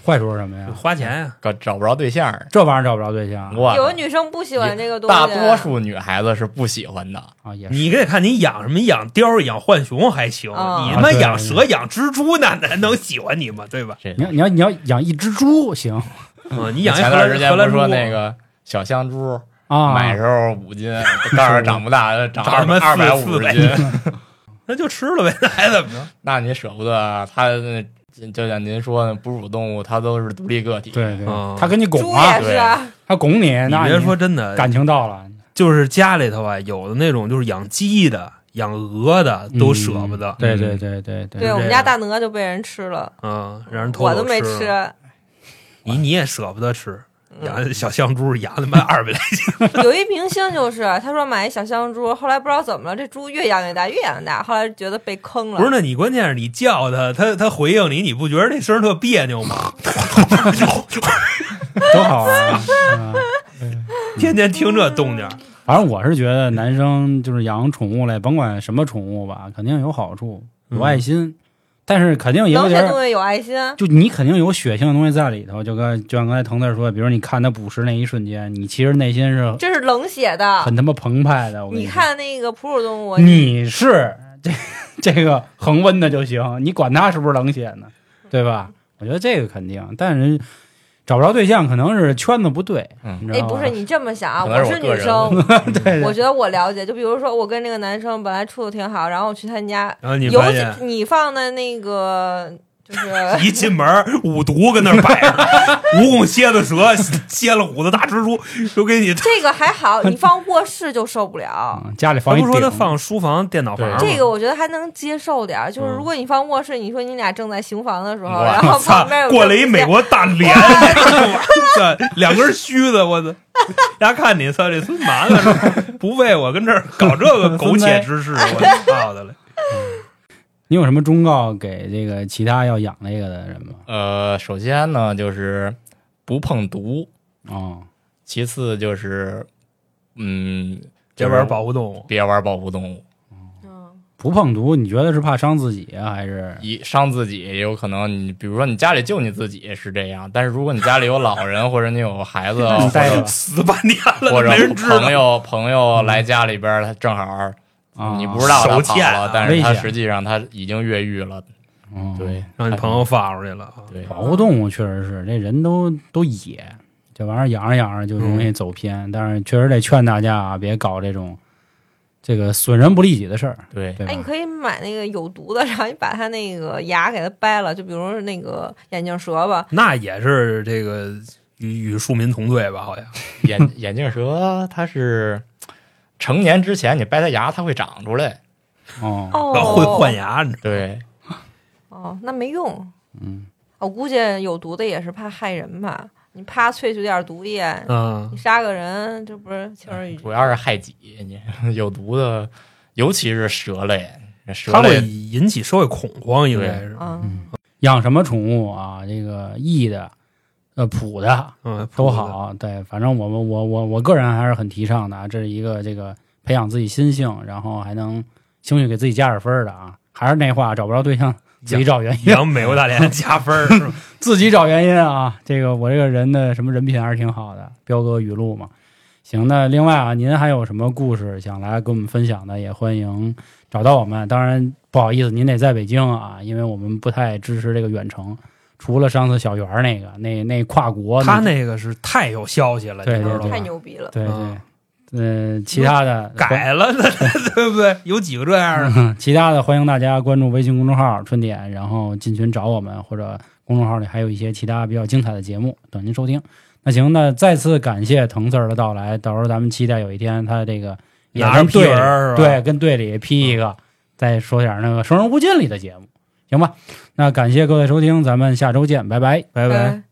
[SPEAKER 2] 坏处是什么呀
[SPEAKER 3] 就？花钱啊呀、
[SPEAKER 5] 搞找不着对象儿。
[SPEAKER 2] 这玩意儿找不着对象
[SPEAKER 5] 我
[SPEAKER 4] 有女生不喜欢这个东西，
[SPEAKER 5] 大多数女孩子是不喜欢的，
[SPEAKER 2] 啊，也是
[SPEAKER 3] 你得看你养什么，养貂儿、养浣熊还行，
[SPEAKER 4] 啊
[SPEAKER 3] 你他妈养蛇、养蜘蛛，那那能喜欢你吗？对吧？
[SPEAKER 5] 这
[SPEAKER 2] 你要你要你要养一只猪行
[SPEAKER 3] 啊，你养一
[SPEAKER 5] 前
[SPEAKER 3] 荷
[SPEAKER 5] 段
[SPEAKER 3] 兰
[SPEAKER 5] 时间
[SPEAKER 3] 荷
[SPEAKER 5] 不
[SPEAKER 3] 兰
[SPEAKER 5] 是
[SPEAKER 3] 猪
[SPEAKER 5] 说那个小香猪，
[SPEAKER 2] 啊，
[SPEAKER 5] 买时候五 斤，告诉长不大呃长
[SPEAKER 3] 长他妈
[SPEAKER 5] 二百
[SPEAKER 3] 四
[SPEAKER 5] 五
[SPEAKER 3] 倍
[SPEAKER 5] 十斤，
[SPEAKER 3] 那就吃了呗，那还怎么着？
[SPEAKER 5] 那你舍不得啊？它那就像您说的，哺乳动物它都是独立个体，
[SPEAKER 2] 对对
[SPEAKER 3] 啊，
[SPEAKER 2] 他跟你拱
[SPEAKER 4] 猪
[SPEAKER 2] 啊
[SPEAKER 4] 也，是啊，
[SPEAKER 2] 他拱你，
[SPEAKER 3] 你
[SPEAKER 2] 哎那
[SPEAKER 3] 别说真的，
[SPEAKER 2] 感情到了，
[SPEAKER 3] 就是家里头啊，有的那种就是养鸡的、养鹅的都舍不得
[SPEAKER 2] 嗯，对对对对
[SPEAKER 4] 对
[SPEAKER 2] 对
[SPEAKER 4] 我们
[SPEAKER 3] 这
[SPEAKER 4] 家
[SPEAKER 3] 样
[SPEAKER 4] 大鹅就被人吃了，
[SPEAKER 3] 嗯，让人偷
[SPEAKER 4] 我
[SPEAKER 3] 走
[SPEAKER 4] 都没
[SPEAKER 3] 吃
[SPEAKER 4] 吃嗯
[SPEAKER 3] 了，，你你也舍不得吃，养小香猪养他妈二百来斤，
[SPEAKER 4] 有一明星就是，他说买一小香猪，后来不知道怎么了，这猪越养越大，越养越大，后来觉得被坑了。
[SPEAKER 3] 不是？那你关键是你叫它，它它回应你，你不觉得那声儿特别扭 吗？
[SPEAKER 2] 多好啊！ 嗯
[SPEAKER 3] 天天听这动静儿，
[SPEAKER 2] 反正我是觉得男生就是养宠物类，甭管什么宠物吧，肯定有好处，有爱心，但是肯定也有
[SPEAKER 4] 能
[SPEAKER 2] 点
[SPEAKER 4] 些
[SPEAKER 2] 儿，
[SPEAKER 4] 东西有爱心，
[SPEAKER 2] 就你肯定有血腥的东西在里头。就跟就像刚才腾子说的，比如你看他捕食那一瞬间，你其实内心是
[SPEAKER 4] 这是冷血的。
[SPEAKER 2] 很他妈澎湃的。我跟
[SPEAKER 4] 你
[SPEAKER 2] 说，
[SPEAKER 4] 看那个哺乳动物，
[SPEAKER 2] 你是 这这个恒温的就行，你管他是不是冷血呢，对吧？我觉得这个肯定，但是找不着对象，可能是圈子不对，
[SPEAKER 5] 嗯
[SPEAKER 2] 你知
[SPEAKER 4] 哎，
[SPEAKER 2] 道吗？
[SPEAKER 4] 不是你这么想啊，
[SPEAKER 5] 可能是
[SPEAKER 4] 是
[SPEAKER 5] 我个
[SPEAKER 4] 女
[SPEAKER 5] 人
[SPEAKER 4] 生，
[SPEAKER 2] 对 对
[SPEAKER 4] 我觉得我了解。就比如说，我跟这个男生本来处的挺好，然后我去他家，
[SPEAKER 3] 然后你
[SPEAKER 4] 尤
[SPEAKER 3] 发现
[SPEAKER 4] 其你放的那个就是
[SPEAKER 3] 一进门儿，五毒跟那儿摆着，蜈蚣、蝎子、蛇、蝎了虎子、大蜘蛛，都给你。
[SPEAKER 4] 这个还好，你放卧室就受不了。
[SPEAKER 2] 嗯家里
[SPEAKER 3] 他
[SPEAKER 2] 放一
[SPEAKER 3] 不说他
[SPEAKER 2] 顶
[SPEAKER 3] 放书房、电脑房吗？
[SPEAKER 4] 这个我觉得还能接受点儿，就是
[SPEAKER 3] 嗯
[SPEAKER 4] 如果你放卧室，你说你俩正在行房的时候，
[SPEAKER 5] 哇
[SPEAKER 4] 然后
[SPEAKER 3] 操
[SPEAKER 4] 旁边有，
[SPEAKER 3] 过
[SPEAKER 4] 这
[SPEAKER 3] 了一
[SPEAKER 4] 么
[SPEAKER 3] 美
[SPEAKER 4] 些
[SPEAKER 3] 国 大脸，我操，两根须子，我操！丫看你，操，这孙麻子是不为我跟这儿搞这 个苟且之事，我操的嘞！
[SPEAKER 2] 你有什么忠告给这个其他要养这个的人吗？
[SPEAKER 5] 呃，首先呢就是不碰毒，
[SPEAKER 2] 哦，
[SPEAKER 5] 其次就是嗯，
[SPEAKER 3] 这玩意儿保护动物，
[SPEAKER 5] 别玩保护动物，
[SPEAKER 4] 嗯
[SPEAKER 2] 不碰毒，你觉得是怕伤自己啊，还是
[SPEAKER 5] 一伤自己也有可能你，比如说你家里就你自己是这样，但是如果你家里有老人或者你有孩 子，
[SPEAKER 2] 你带着吧
[SPEAKER 3] 死半年 了
[SPEAKER 5] 或者
[SPEAKER 3] 没人知道嗯
[SPEAKER 5] 朋。友朋友来家里边儿，他正好
[SPEAKER 2] 啊？
[SPEAKER 5] 你不知道他
[SPEAKER 3] 手
[SPEAKER 5] 跑
[SPEAKER 3] 欠啊
[SPEAKER 5] 了，但是他
[SPEAKER 2] 危险
[SPEAKER 5] 实际上他已经越狱了，
[SPEAKER 2] 哦
[SPEAKER 5] 对，
[SPEAKER 3] 让你朋友放出去了，
[SPEAKER 5] 对
[SPEAKER 2] 保护动物确实是，这人都都野，这玩意儿养着养着就容易走偏。但是确实得劝大家啊，别搞这种这个损人不利己的事儿，
[SPEAKER 5] 对，
[SPEAKER 2] 对吧？
[SPEAKER 4] 哎，你可以买那个有毒的，然 后你把它那个牙给它掰了，就比如那个眼镜蛇吧，
[SPEAKER 3] 那也是这个与与庶民同罪吧？好像
[SPEAKER 5] 眼眼镜蛇它是成年之前你掰它牙，它会长出来，
[SPEAKER 2] 哦，
[SPEAKER 4] 哦，
[SPEAKER 3] 啊会换牙，你知道吗
[SPEAKER 5] 对，
[SPEAKER 4] 哦，那没用。
[SPEAKER 2] 嗯，
[SPEAKER 4] 我估计有毒的也是怕害人吧，你啪萃取点毒液，
[SPEAKER 3] 嗯
[SPEAKER 4] 你，杀个人，这不是轻而易举
[SPEAKER 5] 主要是害己，你 有毒的，尤其是蛇类，蛇
[SPEAKER 3] 它会
[SPEAKER 5] 类
[SPEAKER 3] 引起社会恐慌，应该是，
[SPEAKER 4] 啊？
[SPEAKER 2] 养什么宠物啊？这个益的，呃，普的
[SPEAKER 3] 嗯，
[SPEAKER 2] 都好。对，反正我们我我我个人还是很提倡的啊，这是一个这个培养自己心性，然后还能兴许给自己加点分儿的啊。还是那话，找不着对象自己找原因，
[SPEAKER 3] 养美国大 连加分儿，是吧
[SPEAKER 2] 自己找原因啊。这个我这个人的什么人品还是挺好的，彪哥语录嘛。行，那另外啊，您还有什么故事想来跟我们分享的，也欢迎找到我们。当然不好意思，您得在北京啊，因为我们不太支持这个远程，除了上次小圆儿那个，那那跨国
[SPEAKER 3] 他那个是太有消息了，你
[SPEAKER 2] 哦对
[SPEAKER 3] 知道
[SPEAKER 2] 对
[SPEAKER 3] 吗
[SPEAKER 4] 太？牛逼了。
[SPEAKER 2] 对对
[SPEAKER 3] 嗯，
[SPEAKER 2] 呃，其他的
[SPEAKER 3] 改了 的，对不对？有几个这样的？
[SPEAKER 2] 嗯，其他的欢迎大家关注微信公众号“春点”，然后进群找我们，或者公众号里还有一些其他比较精彩的节目等您收听。那行，那再次感谢腾四儿的到来，到时候咱们期待有一天他这个也
[SPEAKER 3] 拿着
[SPEAKER 2] 跟
[SPEAKER 3] 屁
[SPEAKER 2] 队
[SPEAKER 3] 人
[SPEAKER 2] 里
[SPEAKER 3] 儿嗯是吧
[SPEAKER 2] 对跟队里 P 一个，再说点那个《生人勿近》里的节目，行吧？那感谢各位收听，咱们下周见，拜拜。
[SPEAKER 3] 拜拜。
[SPEAKER 4] 嗯